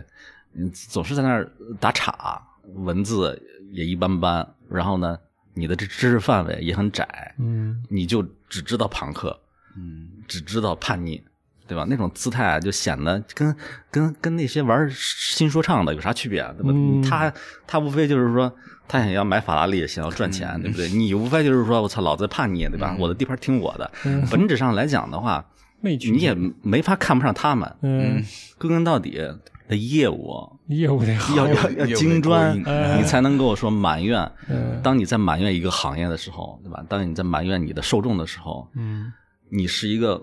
Speaker 1: 你总是在那儿打岔，文字也一般般，然后呢，你的这知识范围也很窄，
Speaker 2: 嗯
Speaker 1: 你就只知道朋克，
Speaker 3: 嗯
Speaker 1: 只知道叛逆，对吧？那种姿态啊，就显得跟跟跟那些玩新说唱的有啥区别啊？对吧？
Speaker 2: 嗯
Speaker 1: 他他无非就是说，他想要买法拉利，想要赚钱，
Speaker 3: 嗯
Speaker 1: 对不对？你无非就是说，我操，老子叛逆，对吧？我的地盘听我的。本质上来讲的话，
Speaker 2: 没去
Speaker 1: 你也没法看不上他们。
Speaker 2: 嗯，
Speaker 1: 归根到底，的业务
Speaker 2: 业务得好，
Speaker 1: 要要要
Speaker 3: 业务
Speaker 1: 精
Speaker 3: 得
Speaker 1: 专
Speaker 3: 过硬，
Speaker 1: 你才能跟我说满愿。
Speaker 2: 嗯
Speaker 1: 当你在埋怨一个行业的时候，对吧？当你在埋怨你的受众的时候，
Speaker 2: 嗯
Speaker 1: 你是一个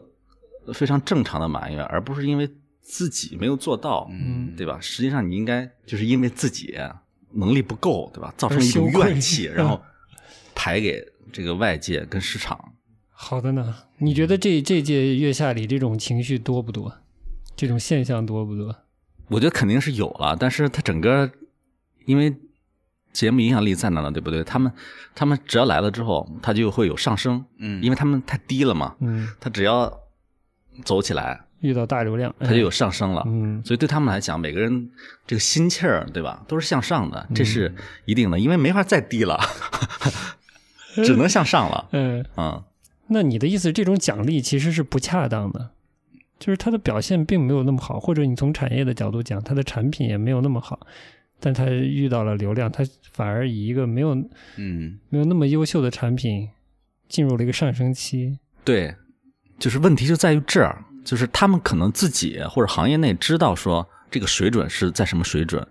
Speaker 1: 非常正常的埋怨，而不是因为自己没有做到，
Speaker 2: 嗯
Speaker 1: 对吧？实际上你应该就是因为自己能力不够，对吧？造成一
Speaker 2: 羞
Speaker 1: 种
Speaker 2: 愧
Speaker 1: 怨气，然后排给这个外界跟市场。
Speaker 2: 好的呢。你觉得这这届月下里这种情绪多不多？这种现象多不多？
Speaker 1: 我觉得肯定是有了，但是它整个因为节目影响力在那了，对不对？他们他们只要来了之后，它就会有上升，
Speaker 3: 嗯
Speaker 1: 因为他们太低了嘛，
Speaker 2: 嗯，
Speaker 1: 它只要走起来，
Speaker 2: 遇到大流量，
Speaker 1: 它就有上升了。
Speaker 2: 嗯
Speaker 1: 所以对他们来讲，每个人这个心气儿，对吧，都是向上的，这是一定的，因为没法再低了， 只能向上了。
Speaker 2: 嗯。呃
Speaker 1: 嗯，
Speaker 2: 那你的意思，这种奖励其实是不恰当的，就是它的表现并没有那么好，或者你从产业的角度讲，它的产品也没有那么好，但它遇到了流量，它反而以一个没有没
Speaker 3: 嗯
Speaker 2: 有那么优秀的产品进入了一个上升期。
Speaker 1: 对，就是问题就在于这儿，就是他们可能自己或者行业内知道说这个水准是在什么水准，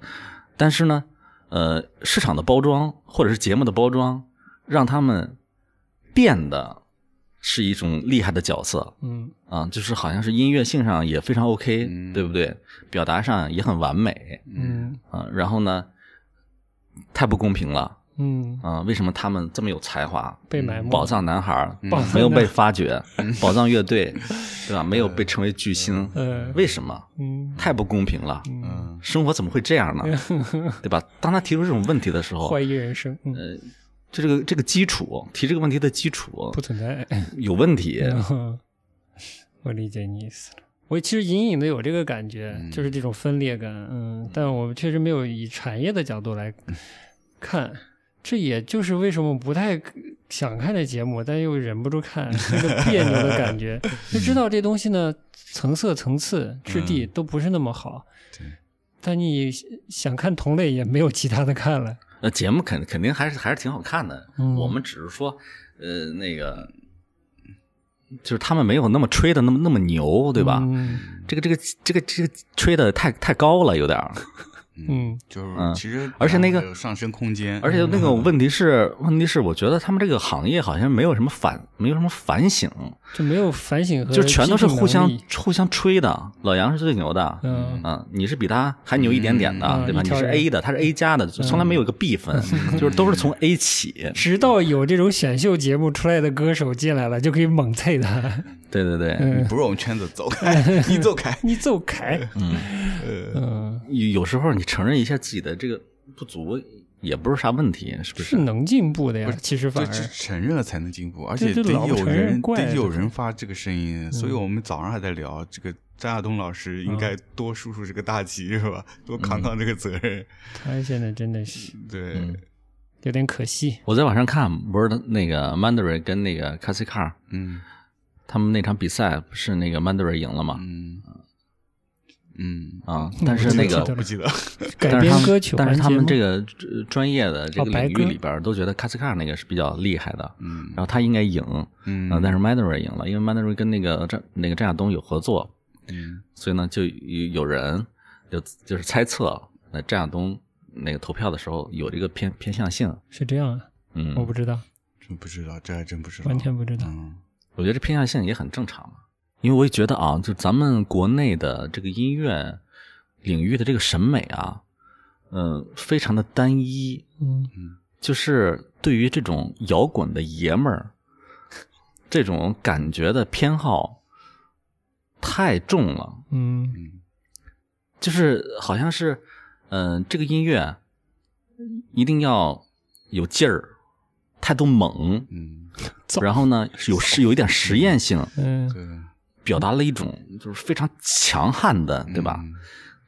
Speaker 1: 但是呢，呃，市场的包装或者是节目的包装，让他们变得是一种厉害的角色
Speaker 2: 嗯
Speaker 1: 啊，就是好像是音乐性上也非常 OK，、对不对？表达上也很完美
Speaker 2: 嗯
Speaker 1: 啊，然后呢，太不公平了
Speaker 2: 嗯，
Speaker 1: 啊！为什么他们这么有才华，
Speaker 2: 被埋没。
Speaker 1: 宝藏男孩儿
Speaker 2: 宝藏
Speaker 1: 没有
Speaker 2: 男
Speaker 1: 被发掘，宝藏乐队对吧？没有被成为巨星，
Speaker 2: 呃
Speaker 1: 为什么？
Speaker 2: 嗯
Speaker 1: 太不公平了，
Speaker 3: 嗯
Speaker 1: 生活怎么会这样呢？对吧？当他提出这种问题的时候
Speaker 2: 怀，疑人生，嗯，
Speaker 1: 就这个这个基础提这个问题的基础
Speaker 2: 不嗯存在。
Speaker 1: 有问题，
Speaker 2: 我理解你意思了。我其实隐隐的有这个感觉，
Speaker 1: 嗯
Speaker 2: 就是这种分裂感，嗯，但我们确实没有以产业的角度来看，这也就是为什么不太想看这节目，但又忍不住看，这个别扭的感 觉。就知道这东西呢，层色、层次、质
Speaker 1: 嗯
Speaker 2: 地都不是那么好，
Speaker 3: 对
Speaker 2: 但你想看同类也没有其他的看了，
Speaker 1: 呃，节目肯肯定还是还是挺好看的。
Speaker 2: 嗯
Speaker 1: 我们只是说，呃，那个就是他们没有那么吹的那么那么牛，对吧？
Speaker 2: 嗯
Speaker 1: 这个这个这个这个吹的太太高了，有点儿。
Speaker 2: 嗯
Speaker 3: 就是其实
Speaker 1: 而且那个
Speaker 3: 还有上升空间，嗯
Speaker 1: 而且那个问题是，问题是，我觉得他们这个行业好像没有什么反，没有什么反省，
Speaker 2: 就没有反省和
Speaker 1: 就全都是
Speaker 2: 批评
Speaker 1: 互相
Speaker 2: 呃能力
Speaker 1: 互相吹的。老杨是最牛的，
Speaker 2: 嗯
Speaker 1: 啊，你是比他还牛一点点的，
Speaker 2: 嗯
Speaker 1: 对吧？
Speaker 2: 一
Speaker 1: 你
Speaker 2: 条
Speaker 1: 是
Speaker 2: 人嗯
Speaker 1: A 的，他是 A 加的，从来没有一个 B 分， 就是都是从 A 起。
Speaker 2: 直到有这种选秀节目出来的歌手进来了，就可以猛踩他。
Speaker 1: 对对对，
Speaker 2: 嗯
Speaker 3: 你不是我们圈子，走开， 你走开。
Speaker 2: 你走开！嗯，
Speaker 1: 有有时候你承认一下自己的这个不足，也不是啥问题，是不
Speaker 2: 是
Speaker 1: 是？
Speaker 2: 能进步的呀。其实反
Speaker 3: 这
Speaker 2: 而，
Speaker 3: 这承认了才能进步，而
Speaker 2: 这
Speaker 3: 且
Speaker 2: 这
Speaker 3: 得
Speaker 2: 老不
Speaker 3: 有
Speaker 2: 承认
Speaker 3: 人
Speaker 2: 怪啊
Speaker 3: 得有
Speaker 2: 这种
Speaker 3: 人发这个声
Speaker 2: 嗯
Speaker 3: 音，所以我们早上还在聊这个张亚东老师应该多输出这个大旗是吧？
Speaker 2: 嗯
Speaker 3: 多扛扛这个责任，
Speaker 2: 他现在真的是
Speaker 3: 对，
Speaker 2: 有点可惜。
Speaker 1: 我在网上看，不是那个 Mandarin 跟那个 c a s i c a r
Speaker 3: 嗯
Speaker 1: 他们那场比赛不是那个 Mandarin 赢了嘛？
Speaker 3: 嗯嗯
Speaker 1: 啊，但是
Speaker 2: 嗯
Speaker 1: 那
Speaker 2: 记
Speaker 1: 个
Speaker 2: 得记得
Speaker 3: 不记得，
Speaker 2: 改
Speaker 1: 但是
Speaker 2: 编
Speaker 1: 他们
Speaker 2: 歌曲环
Speaker 1: 但
Speaker 2: 节
Speaker 1: 是
Speaker 2: 吗，
Speaker 1: 他们这个呃专业的这
Speaker 2: 哦
Speaker 1: 个
Speaker 2: 白
Speaker 1: 领
Speaker 2: 鸽
Speaker 1: 域里边儿都觉得卡斯卡那个是比较厉害的，
Speaker 3: 嗯
Speaker 1: 然后他应该赢，
Speaker 3: 嗯
Speaker 1: 啊但是 Mandarin 赢了，因为 Mandarin 跟那个张那个张亚东有合作，
Speaker 3: 嗯
Speaker 1: 所以呢就有有人就就是猜测，那张亚东那个投票的时候有这个偏偏向性，
Speaker 2: 是这样啊？
Speaker 1: 嗯，
Speaker 2: 我不知道，
Speaker 3: 真不知道，这还真不知道，
Speaker 2: 完全不知道。
Speaker 3: 嗯
Speaker 1: 我觉得这偏向性也很正常嘛，啊因为我也觉得啊，就咱们国内的这个音乐领域的这个审美啊，嗯、非常的单一，
Speaker 2: 嗯，
Speaker 1: 就是对于这种摇滚的爷们儿，这种感觉的偏好太重了。
Speaker 2: 嗯
Speaker 1: 就是好像是，嗯、这个音乐一定要有劲儿，态度猛，
Speaker 3: 嗯
Speaker 2: 造
Speaker 1: 然后呢有实有一点实验性，
Speaker 2: 嗯，
Speaker 3: 对，
Speaker 1: 表达了一种就是非常强悍的，对吧？
Speaker 3: 嗯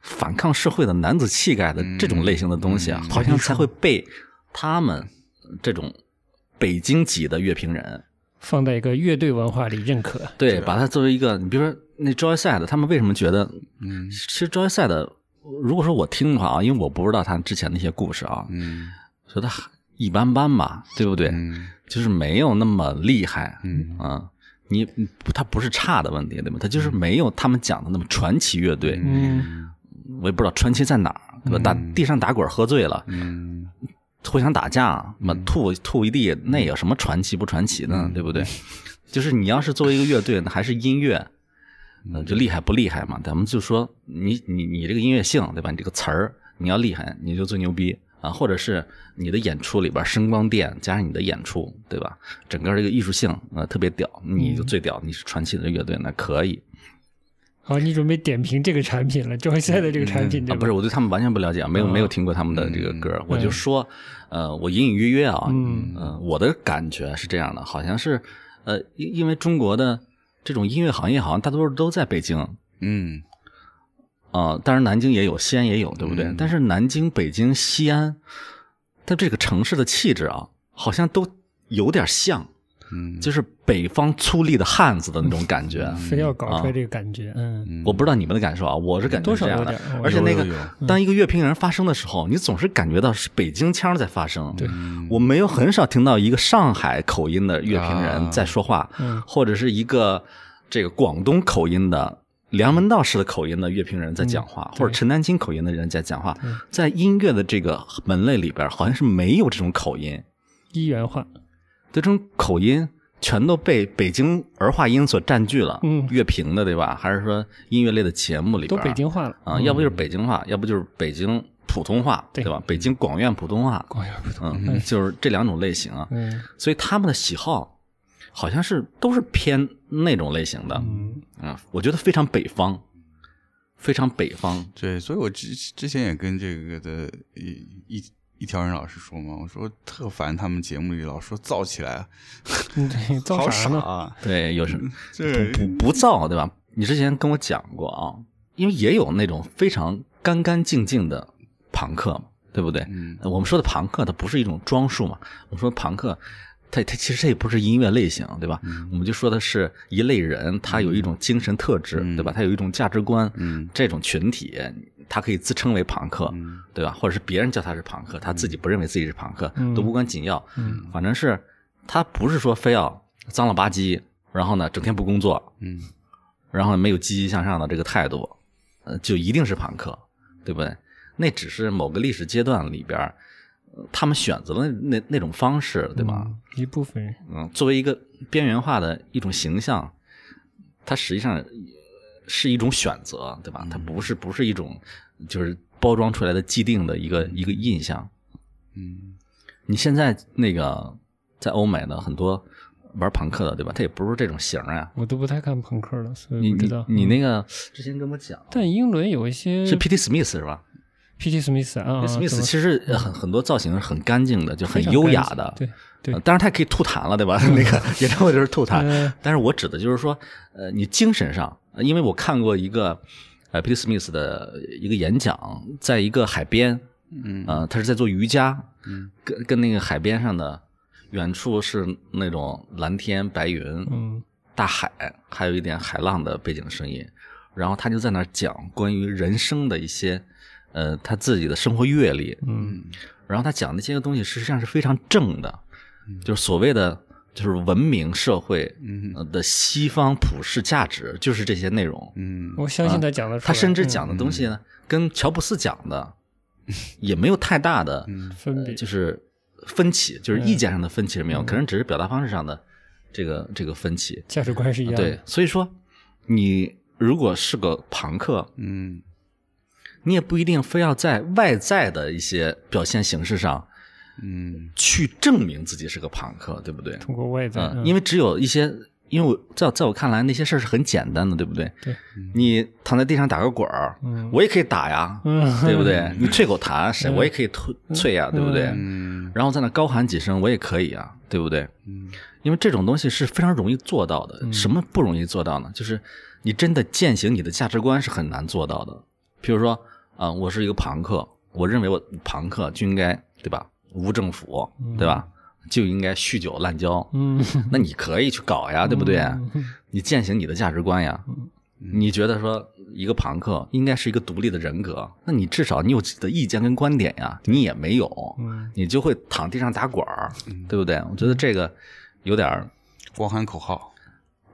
Speaker 1: 反抗社会的男子气概的
Speaker 3: 嗯
Speaker 1: 这种类型的东西啊，
Speaker 3: 嗯
Speaker 1: 好像才会被他们这种北京籍的乐评人。
Speaker 2: 放在一个乐队文化里认可。
Speaker 3: 啊
Speaker 1: 对，把它作为一个，你比如说那 Joyside，他们为什么觉得，
Speaker 3: 嗯
Speaker 1: 其实 Joyside，如果说我听的话啊，因为我不知道他之前那些故事啊，
Speaker 3: 嗯
Speaker 1: 觉得还一般般吧，对不对？
Speaker 3: 嗯
Speaker 1: 就是没有那么厉害，
Speaker 3: 嗯
Speaker 1: 啊，你不它不是差的问题，对吧？它就是没有他们讲的那么传奇乐队，
Speaker 2: 嗯
Speaker 1: 我也不知道传奇在哪儿，对吧？打地上打滚喝醉了，
Speaker 3: 嗯，
Speaker 1: 互相打架，那么吐吐一地，那有什么传奇不传奇的呢？对不对？ 就是你要是作为一个乐队，那还是音乐，呃，就厉害不厉害嘛？咱们就说你你你这个音乐性，对吧？你这个词儿你要厉害，你就最牛逼啊！或者是你的演出里边声光电加上你的演出，对吧？整个这个艺术性呃特别屌，你就最屌，你是传奇的乐队，那可以。
Speaker 2: 好，你准备点评这个产品了，周赛的这个产品
Speaker 1: 啊，
Speaker 2: 对吧？嗯
Speaker 1: 不是，我对他们完全不了解，啊没有、没有听过他们的这个歌，我就说，呃，我隐隐约约啊，
Speaker 2: 嗯
Speaker 1: 呃，我的感觉是这样的，好像是，呃，因因为中国的这种音乐行业好像大多数都在北京啊、
Speaker 3: 嗯
Speaker 1: 呃当然南京也有，西安也有，对不对？
Speaker 3: 嗯
Speaker 1: 但是南京、北京、西安，它这个城市的气质啊，好像都有点像，
Speaker 3: 嗯，
Speaker 1: 就是北方粗粝的汉子的那种感觉。啊
Speaker 2: 非要搞出来这个感觉，嗯，
Speaker 1: 我不知道你们的感受啊，我是感觉
Speaker 2: 多
Speaker 1: 是
Speaker 2: 少
Speaker 1: 这样
Speaker 2: 有
Speaker 1: 的
Speaker 2: 点，儿，
Speaker 1: 而且那个
Speaker 3: 有有
Speaker 1: 当一个乐评人发声的时候，你总是感觉到是北京腔在发声。
Speaker 2: 对
Speaker 1: 我没有很少听到一个上海口音的乐评人
Speaker 3: 啊
Speaker 1: 在说话，
Speaker 2: 嗯
Speaker 1: 或者是一个这个广东口音的梁文道式的口音的乐评人在讲
Speaker 2: 嗯
Speaker 1: 话，或者陈丹青口音的人在讲话。在音乐的这个门类里边，好像是没有这种口音，
Speaker 2: 一元化，
Speaker 1: 对这种口音。全都被北京儿化音所占据了，
Speaker 2: 嗯
Speaker 1: 乐评的对吧？还是说音乐类的节目里
Speaker 2: 都
Speaker 1: 边，
Speaker 2: 北京话了，
Speaker 1: 啊，要不就是北京话，要不就是北京普通话，
Speaker 2: 嗯对
Speaker 1: 对吧？北京广院普通话，
Speaker 2: 光源不同，
Speaker 1: 嗯，就是这两种类型啊。
Speaker 2: 嗯
Speaker 1: 所以他们的喜好好像是都是偏那种类型的，
Speaker 2: 嗯，
Speaker 1: 啊，我觉得非常北方，非常北方。
Speaker 3: 对，所以我之之前也跟这个的一一一条人老师说嘛，我说特烦他们节目里老说造起来，
Speaker 2: 嗯 对，造
Speaker 3: 好
Speaker 2: 啥
Speaker 3: 傻
Speaker 2: 呢？
Speaker 3: 啊，
Speaker 1: 对，有什么
Speaker 3: 这
Speaker 1: 不
Speaker 2: 嗯
Speaker 1: 不燥，对吧？你之前跟我讲过啊，因为也有那种非常干干净净的朋克嘛，对不对？
Speaker 3: 嗯
Speaker 1: 我们说的朋克，它不是一种装束嘛。我们说朋克，它它其实它也不是音乐类型，对吧？
Speaker 3: 嗯
Speaker 1: 我们就说的是一类人，他有一种精神特质，
Speaker 3: 嗯
Speaker 1: 对吧？他有一种价值观，
Speaker 3: 嗯
Speaker 1: 这种群体，他可以自称为朋克，
Speaker 3: 嗯
Speaker 1: 对吧？或者是别人叫他是朋克，他自己不认为自己是朋克，
Speaker 2: 嗯
Speaker 1: 都无关紧要。
Speaker 2: 嗯
Speaker 1: 反正是他不是说非要脏了吧唧，然后呢整天不工作，
Speaker 3: 嗯
Speaker 1: 然后没有积极向上的这个态度，呃，就一定是朋克，对不对？那只是某个历史阶段里边儿，呃他们选择了那那那种方式，对吧？
Speaker 2: 嗯？一部分人，
Speaker 1: 嗯，作为一个边缘化的一种形象，它实际上是一种选择，对吧？
Speaker 2: 嗯
Speaker 1: 它不是不是一种就是包装出来的既定的一个一个印象。
Speaker 3: 嗯
Speaker 1: 你现在那个在欧美的很多玩朋克的，对吧？它也不是这种型儿啊。
Speaker 2: 我都不太看朋克了，所以
Speaker 1: 你
Speaker 2: 不知
Speaker 1: 你
Speaker 2: 道。
Speaker 1: 你
Speaker 2: 嗯
Speaker 1: 那个之前跟我讲，
Speaker 2: 但英伦有一些
Speaker 1: 是 P.T. Smith 是吧
Speaker 2: P.T. Smith 嗯啊啊
Speaker 1: ？P.T. Smith
Speaker 2: 怎么
Speaker 1: 其实很很多造型是很干净的，就很
Speaker 2: 非常
Speaker 1: 优
Speaker 2: 干
Speaker 1: 雅
Speaker 2: 净
Speaker 1: 的。
Speaker 2: 对对
Speaker 1: 呃，当然他可以吐痰了，对吧？那个演唱会就是吐痰
Speaker 2: 嗯，
Speaker 1: 但是我指的就是说，呃，你精神上，呃因为我看过一个呃 Peter Smith 的一个演讲，在一个海边，
Speaker 3: 嗯
Speaker 2: 啊
Speaker 1: 呃，他是在做瑜伽，
Speaker 2: 嗯
Speaker 1: 跟跟那个海边上的远处是那种蓝天白云，
Speaker 2: 嗯
Speaker 1: 大海，还有一点海浪的背景声音。然后他就在那儿讲关于人生的一些，呃，他自己的生活阅历。
Speaker 2: 嗯
Speaker 1: 然后他讲那些个东西，实际上是非常正的，
Speaker 2: 嗯
Speaker 1: 就是所谓的就是文明社会
Speaker 3: 嗯
Speaker 1: 呃的西方普世价值，就是这些内容。
Speaker 3: 嗯
Speaker 2: 我相信他讲得出来，
Speaker 1: 啊他甚至
Speaker 2: 嗯
Speaker 1: 讲的东西呢，跟乔布斯讲的也没有太大的
Speaker 2: 分别
Speaker 1: 呃就是分歧，就是
Speaker 2: 嗯
Speaker 1: 意见上的分歧是没有，可能只是表达方式上的这个这个分歧。
Speaker 2: 价值观是一样
Speaker 1: 啊对
Speaker 2: 的，，
Speaker 1: 所以说你如果是个朋克，
Speaker 3: 嗯
Speaker 1: 你也不一定非要在外在的一些表现形式上
Speaker 3: 嗯
Speaker 1: 去证明自己是个朋克，对不对？
Speaker 2: 通过外在，
Speaker 1: 嗯，
Speaker 2: 嗯
Speaker 1: 因为只有一些，因为我在在我看来那些事儿是很简单的，对不对？
Speaker 2: 对，
Speaker 1: 你躺在地上打个滚儿，
Speaker 2: 嗯
Speaker 1: 我也可以打呀，
Speaker 2: 嗯
Speaker 1: 对不对？你啐口痰，谁我也可以吐啐呀，对不对？
Speaker 3: 嗯
Speaker 1: 然后在那高喊几声，我也可以啊，对不对？
Speaker 3: 嗯
Speaker 1: 因为这种东西是非常容易做到的。
Speaker 2: 嗯
Speaker 1: 什么不容易做到呢？就是你真的践行你的价值观是很难做到的。比如说，啊、我是一个朋克，我认为我朋克就应该对吧，无政府，对吧，就应该酗酒滥交。
Speaker 2: 嗯
Speaker 1: 那你可以去搞啊呀，对不对？
Speaker 2: 嗯
Speaker 1: 你践行你的价值观呀。你觉得说一个朋克应该是一个独立的人格，那你至少你有自己的意见跟观点呀，你也没有，
Speaker 2: 嗯
Speaker 1: 你就会躺地上打滚儿，对不对？我觉得这个有点儿
Speaker 3: 光喊口号，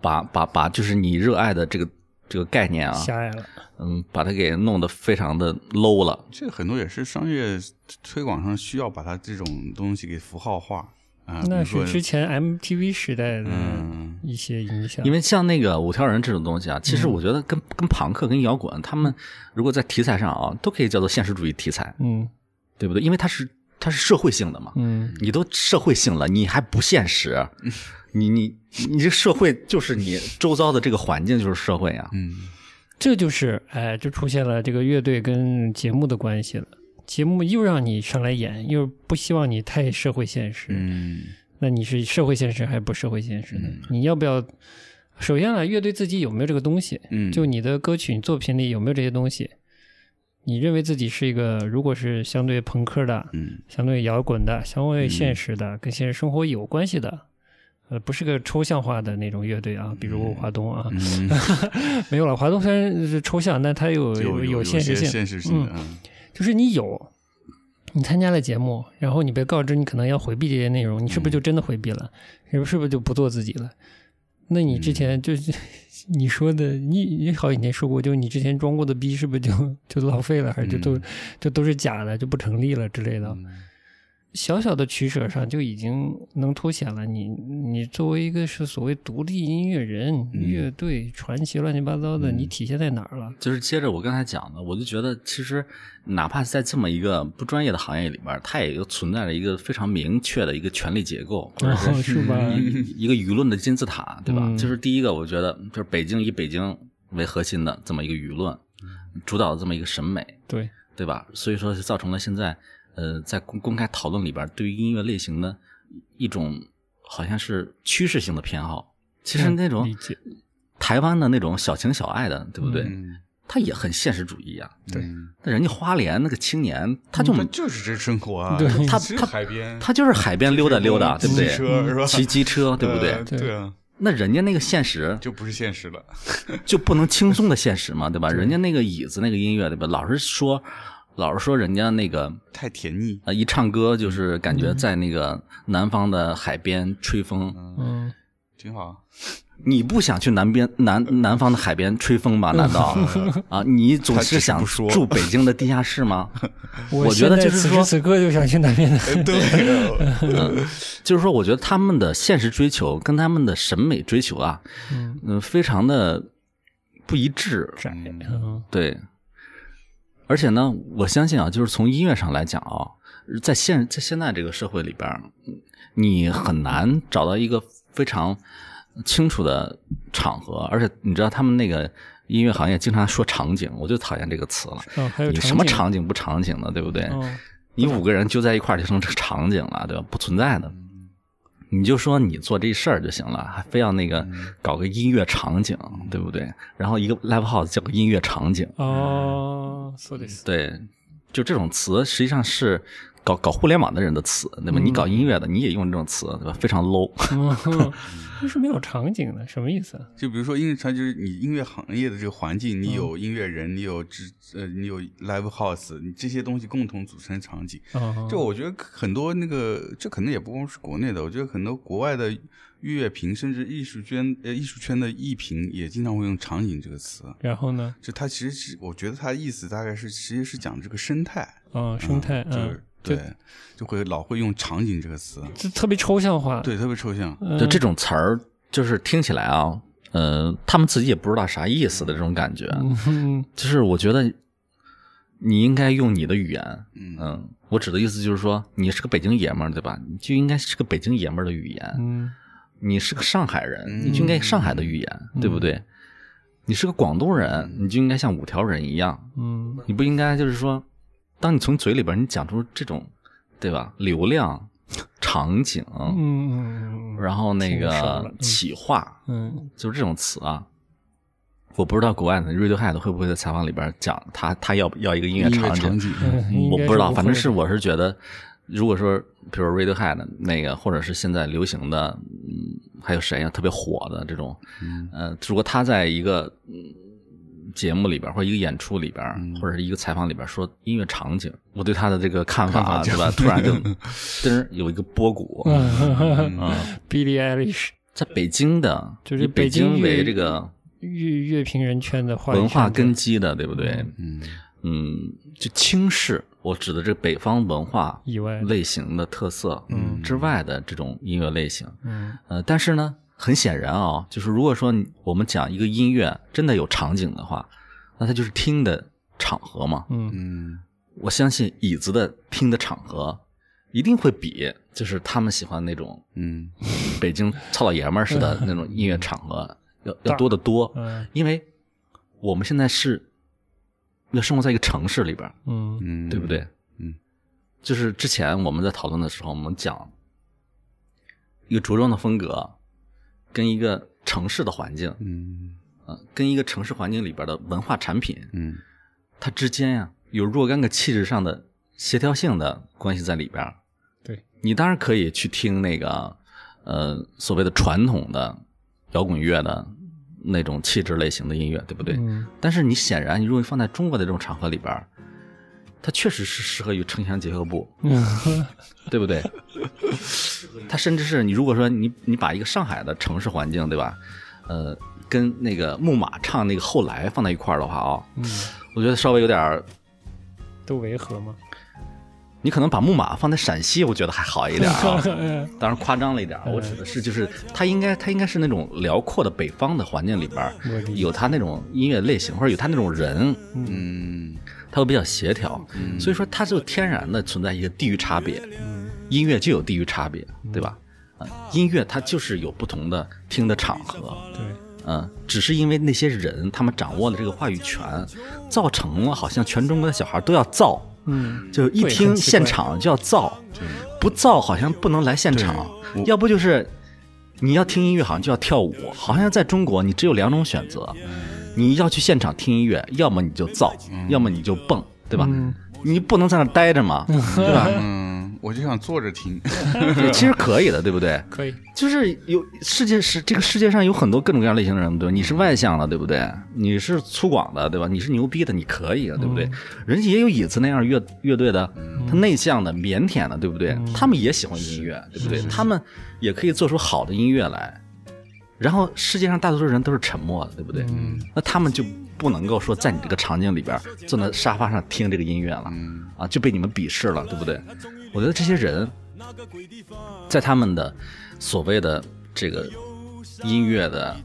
Speaker 1: 把把把就是你热爱的这个这个概念啊，
Speaker 2: 狭隘了。
Speaker 1: 嗯，把它给弄得非常的 low 了。
Speaker 3: 这很多也是商业推广上需要把它这种东西给符号化啊。
Speaker 2: 那
Speaker 3: 比如
Speaker 2: 是
Speaker 3: 说
Speaker 2: 之前 MTV 时代的
Speaker 3: 嗯
Speaker 2: 一些影响，
Speaker 1: 因为像那个五条人这种东西啊，其实我觉得跟、跟朋克、跟摇滚，他们如果在题材上啊，都可以叫做现实主义题材，
Speaker 2: 嗯
Speaker 1: 对不对？因为它是它是社会性的嘛，
Speaker 2: 嗯，
Speaker 1: 你都社会性了，你还不现实，你你你这社会就是你周遭的这个环境就是社会啊，
Speaker 3: 嗯，
Speaker 2: 这就是哎，就出现了这个乐队跟节目的关系了。节目又让你上来演，又不希望你太社会现实，
Speaker 3: 嗯，
Speaker 2: 那你是社会现实还是不社会现实呢？你要不要？首先呢，乐队自己有没有这个东西？
Speaker 3: 嗯
Speaker 2: 就你的歌曲、你作品里有没有这些东西？你认为自己是一个，如果是相对朋克的，
Speaker 3: 嗯，
Speaker 2: 相对摇滚的、相对现实的、跟现实生活有关系的，呃，不是个抽象化的那种乐队啊，比
Speaker 3: 嗯
Speaker 2: 如华东啊， 没有了。华东虽然是抽象，但它有
Speaker 3: 有
Speaker 2: 有现实
Speaker 3: 些
Speaker 2: 性，
Speaker 3: 现实性的，嗯
Speaker 2: 就是你有，你参加了节目，然后你被告知你可能要回避这些内容，你是不是
Speaker 1: 嗯
Speaker 2: 就真的回避了？你是不是就不做自己了？那你之
Speaker 1: 嗯
Speaker 2: 前就是 你说的，你你好几年说过，就你之前装过的逼，是不是就 就浪费了，还是就都、
Speaker 1: 嗯
Speaker 2: 就都是假的，就不成立了之类的？小小的取舍上就已经能凸显了你，你作为一个是所谓独立音乐人、
Speaker 1: 嗯
Speaker 2: 乐队、传奇乱七八糟的，你体现在哪儿了？
Speaker 1: 就是接着我刚才讲的，我就觉得其实哪怕是在这么一个不专业的行业里边，它也就存在着一个非常明确的一个权力结构，或者
Speaker 2: 哦
Speaker 1: 是
Speaker 2: 是 吧
Speaker 1: 一一个舆论的金字塔，对吧？
Speaker 2: 嗯
Speaker 1: 就是第一个，我觉得就是北京以北京为核心的这么一个舆论，主导的这么一个审美，
Speaker 2: 对，
Speaker 1: 对吧？所以说，造成了现在呃，在公公开讨论里边，对于音乐类型的一种好像是趋势性的偏好。其实那种
Speaker 2: 嗯理解
Speaker 1: 台湾的那种小情小爱的，对不对？
Speaker 3: 嗯，
Speaker 1: 他也很现实主义啊。
Speaker 2: 对
Speaker 3: 嗯
Speaker 1: 那人家花莲那个青年，他就
Speaker 3: 那嗯就是这生活啊，
Speaker 2: 对
Speaker 1: 他
Speaker 3: 只有
Speaker 1: 他
Speaker 3: 海边，
Speaker 1: 他就是海边溜达溜达，对
Speaker 3: 骑
Speaker 1: 不对？
Speaker 3: 车是吧？
Speaker 1: 骑机车，对不
Speaker 3: 呃
Speaker 1: 对？
Speaker 3: 对啊，
Speaker 1: 那人家那个现实
Speaker 3: 就不是现实了。
Speaker 1: 就不能轻松的现实嘛，对吧？人家那个椅子那个音乐，对吧？老是说，老是说人家那个
Speaker 3: 太甜腻，
Speaker 1: 啊，一唱歌就是感
Speaker 3: 嗯
Speaker 1: 觉在那个南方的海边吹风。
Speaker 2: 嗯。
Speaker 3: 挺好。
Speaker 1: 你不想去南边
Speaker 3: 嗯
Speaker 1: 南南方的海边吹风吧？难道 啊，你总
Speaker 3: 他只
Speaker 1: 是
Speaker 3: 是
Speaker 1: 想
Speaker 3: 不说
Speaker 1: 住北京的地下室吗？
Speaker 2: 我
Speaker 1: 觉得
Speaker 2: 现在
Speaker 1: 就是
Speaker 2: 此
Speaker 1: 说
Speaker 2: 时此刻就想去南边的。
Speaker 3: 哎对啊，
Speaker 1: 就是说，我觉得他们的现实追求跟他们的审美追求啊，
Speaker 2: 嗯，
Speaker 1: 嗯，非常的不一致。
Speaker 2: 窄，嗯
Speaker 1: 对，而且呢，我相信啊，就是从音乐上来讲啊，在现在现在这个社会里边儿，嗯你很难找到一个非常清楚的场合，而且你知道他们那个音乐行业经常说场景，我就讨厌这个词了。
Speaker 2: 哦，还有
Speaker 1: 你
Speaker 2: 场
Speaker 1: 什么
Speaker 2: 景
Speaker 1: 场景不场景的，对不对？
Speaker 2: 哦，
Speaker 1: 你五个人就在一块儿就成场景了，对吧？不存在的，你就说你做这事儿就行了，还非要那个搞个音乐场景，对不对？然后一个 live house 叫个音乐场景，
Speaker 2: 哦，そう です。
Speaker 1: 对，就这种词实际上是搞搞互联网的人的词，对吧？你搞音乐的你也用这种词，对吧？非常 low，
Speaker 2: 嗯为什么有场景呢？什么意思啊？
Speaker 3: 就比如说，因为它就是你音乐行业的这个环境，
Speaker 1: 嗯
Speaker 3: 你有音乐人，你有制呃，你有 live house，你这些东西共同组成场景。
Speaker 1: 嗯
Speaker 2: 哦，
Speaker 3: 就我觉得很多那个，这可能也不光是国内的，我觉得很多国外的乐评，甚至艺术圈呃艺术圈的艺评也经常会用“场景”这个词。
Speaker 2: 然后呢？
Speaker 3: 就它其实是，我觉得它意思大概是，其实是讲这个生态，
Speaker 2: 哦，生态，
Speaker 3: 就
Speaker 2: 嗯
Speaker 3: 是，对，就会老会用“场景”这个词，
Speaker 2: 这特别抽象化。，
Speaker 3: 对，特别抽象。
Speaker 1: 就这种词儿，就是听起来啊，呃，他们自己也不知道啥意思的这种感觉，
Speaker 2: 嗯，
Speaker 1: 就是我觉得你应该用你的语言，
Speaker 3: 嗯
Speaker 1: 嗯，我指的意思就是说，你是个北京爷们儿，对吧？你就应该是个北京爷们儿的语言。
Speaker 2: 嗯
Speaker 1: 你是个上海人，
Speaker 3: 嗯嗯
Speaker 1: 你就应该上海的语言，对不对？你是个广东人，你就应该像五条人一样，
Speaker 2: 嗯，
Speaker 1: 你不应该就是说，当你从嘴里边你讲出这种，对吧？流量、场景，
Speaker 2: 嗯嗯嗯
Speaker 1: 然后那
Speaker 2: 听少了
Speaker 1: 个
Speaker 2: 嗯
Speaker 1: 企划，
Speaker 2: 嗯
Speaker 1: 就是这种词啊。我不知道国外的 Radiohead 会不会在采访里边讲他他要要一个音乐
Speaker 3: 音乐
Speaker 1: 场景
Speaker 3: 场，景，
Speaker 2: 嗯，应
Speaker 1: 我
Speaker 2: 该
Speaker 1: 不知道，
Speaker 2: 会
Speaker 1: 反正
Speaker 2: 的
Speaker 1: 是我是觉得，如果说比如 Radiohead 那个，或者是现在流行的，嗯，还有谁呀、特别火的这种，
Speaker 2: 嗯
Speaker 1: 呃，如果他在一个嗯节目里边，或者一个演出里边，
Speaker 2: 嗯
Speaker 1: 或者是一个采访里边说音乐场景，我对他的这个看法 啊，对吧？突然就噔儿有一个波谷，
Speaker 2: 嗯 ，Billie Eilish，
Speaker 1: 在北京的，
Speaker 2: 就是
Speaker 1: 以
Speaker 2: 北
Speaker 1: 北
Speaker 2: 京
Speaker 1: 京为
Speaker 2: 乐
Speaker 1: 这个
Speaker 2: 乐乐评人圈的话语
Speaker 1: 文化
Speaker 2: 圈子
Speaker 1: 根基的，对不对？
Speaker 3: 嗯
Speaker 1: 嗯，就轻视我指的这北方文化
Speaker 2: 以外的，
Speaker 1: 类型的特色
Speaker 2: 嗯
Speaker 1: 之外的这种音乐类型。
Speaker 2: 嗯
Speaker 1: 呃，但是呢，很显然啊、就是如果说你我们讲一个音乐真的有场景的话，那它就是听的场合嘛。
Speaker 2: 嗯
Speaker 3: 嗯
Speaker 1: 我相信椅子的听的场合一定会比就是他们喜欢那种
Speaker 3: 嗯
Speaker 1: 北京糙老爷们儿似 的那种音乐场合要
Speaker 2: 大
Speaker 1: 要多得多，
Speaker 2: 嗯
Speaker 1: 因为我们现在是要生活在一个城市里边儿，
Speaker 2: 嗯
Speaker 3: 嗯，
Speaker 1: 对不？对？
Speaker 3: 嗯，
Speaker 1: 就是之前我们在讨论的时候，我们讲一个着装的风格跟一个城市的环境，
Speaker 3: 嗯
Speaker 1: 呃，跟一个城市环境里边的文化产品，
Speaker 3: 嗯
Speaker 1: 它之间呀、有若干个气质上的协调性的关系在里边儿。
Speaker 2: 对
Speaker 1: 你当然可以去听那个呃所谓的传统的摇滚乐的那种气质类型的音乐，对不对？
Speaker 2: 嗯
Speaker 1: 但是你显然，你如果放在中国的这种场合里边儿，它确实是适合于城乡结合 部，
Speaker 2: 嗯
Speaker 1: 对不对？它甚至是你如果说你你把一个上海的城市环境，对吧？呃，跟那个木马唱那个后来放在一块儿的话啊、
Speaker 2: 嗯，
Speaker 1: 我觉得稍微有点儿，
Speaker 2: 都违和嘛，
Speaker 1: 你可能把木马放在陕西，我觉得还好一点儿 啊、当然夸张了一点儿，
Speaker 2: 嗯
Speaker 1: 我指的是就是它应该它应该是那种辽阔的北方的环境里边儿
Speaker 2: 我理解
Speaker 1: 有它那种音乐类型或者有它那种人，
Speaker 3: 嗯
Speaker 1: 它会比较协调，所以说它就天然的存在一个地域差别，音乐就有地域差别，对吧？啊，音乐它就是有不同的听的场合，
Speaker 2: 对，
Speaker 1: 嗯，只是因为那些人他们掌握了这个话语权，造成了好像全中国的小孩都要造，
Speaker 2: 嗯
Speaker 1: 就一
Speaker 2: 对
Speaker 1: 听
Speaker 2: 很奇怪
Speaker 1: 现场就要造，不造好像不能来现场，要不就是你要听音乐好像就要跳舞，好像在中国你只有两种选择，
Speaker 2: 嗯
Speaker 1: 你要去现场听音乐，要么你就造，要么你就蹦，对吧？
Speaker 2: 嗯
Speaker 1: 你不能在那儿待着嘛，对吧？
Speaker 3: 嗯，我就想坐着听。
Speaker 2: 哎
Speaker 1: 对其实可以的，对不对？
Speaker 2: 可以，
Speaker 1: 就是有世界是这个世界上有很多各种各样类型的人，对吧？你是外向的，对不对？你是粗犷的，对吧？你是牛逼的，你可以的，对不对？人家也有椅子那样乐乐队的，他内向的、腼腆的，对不对？他们也喜欢音乐，对不对？他们也可以做出好的音乐来。然后世界上大多数人都是沉默的，对不对？那他们就不能够说在你这个场景里边坐在沙发上听这个音乐了，啊，就被你们鄙视了，对不对？我觉得这些人在他们的所谓的这个音乐的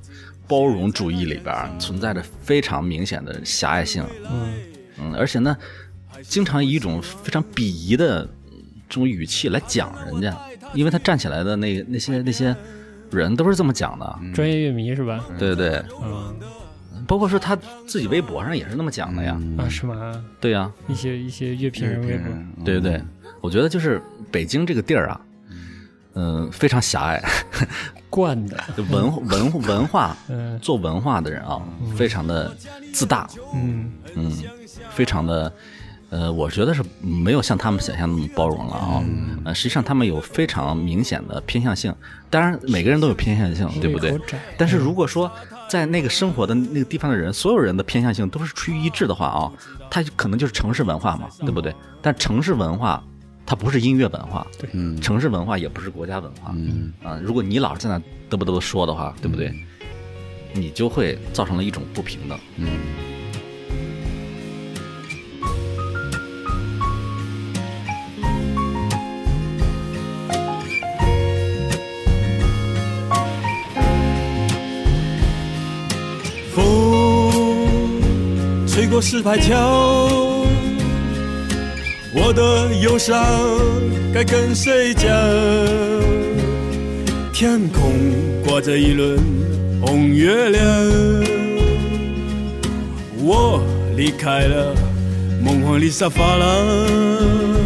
Speaker 1: 包容主义里边儿存在着非常明显的狭隘性，
Speaker 2: 嗯
Speaker 1: 嗯，而且呢，经常以一种非常鄙夷的嗯这种语气来讲人家，因为他站起来的那那些那些人都是这么讲的，
Speaker 2: 专业乐迷是吧？
Speaker 1: 对对，
Speaker 2: 嗯
Speaker 1: 包括说他自己微博上也是那么讲的呀，
Speaker 2: 啊是吗？
Speaker 1: 对呀、
Speaker 2: 一些一些乐评人微博，
Speaker 3: 嗯
Speaker 1: 对不对？我觉得就是北京这个地儿啊，嗯、非常狭隘，
Speaker 2: 惯的，
Speaker 1: 文文文化
Speaker 2: 嗯
Speaker 1: 做文化的人啊，非常的自大，
Speaker 2: 嗯
Speaker 1: 嗯，非常的，呃，我觉得是没有像他们想象那么包容了啊。呃，实际上他们有非常明显的偏向性，当然每个人都有偏向性，对不对
Speaker 2: 胃口窄？
Speaker 1: 但是如果说在那个生活的那个地方的人，所有人的偏向性都是趋于一致的话啊，他可能就是城市文化嘛，对不对？但城市文化它不是音乐文化，
Speaker 2: 对
Speaker 3: 嗯
Speaker 1: 城市文化也不是国家文化，
Speaker 3: 嗯
Speaker 1: 啊，如果你老是在那嘚啵嘚啵说的话，对不对？你就会造成了一种不平等。
Speaker 4: 风吹过石牌桥，我的忧伤该跟谁讲？天空挂着一轮红月亮，我离开了梦幻里沙发廊。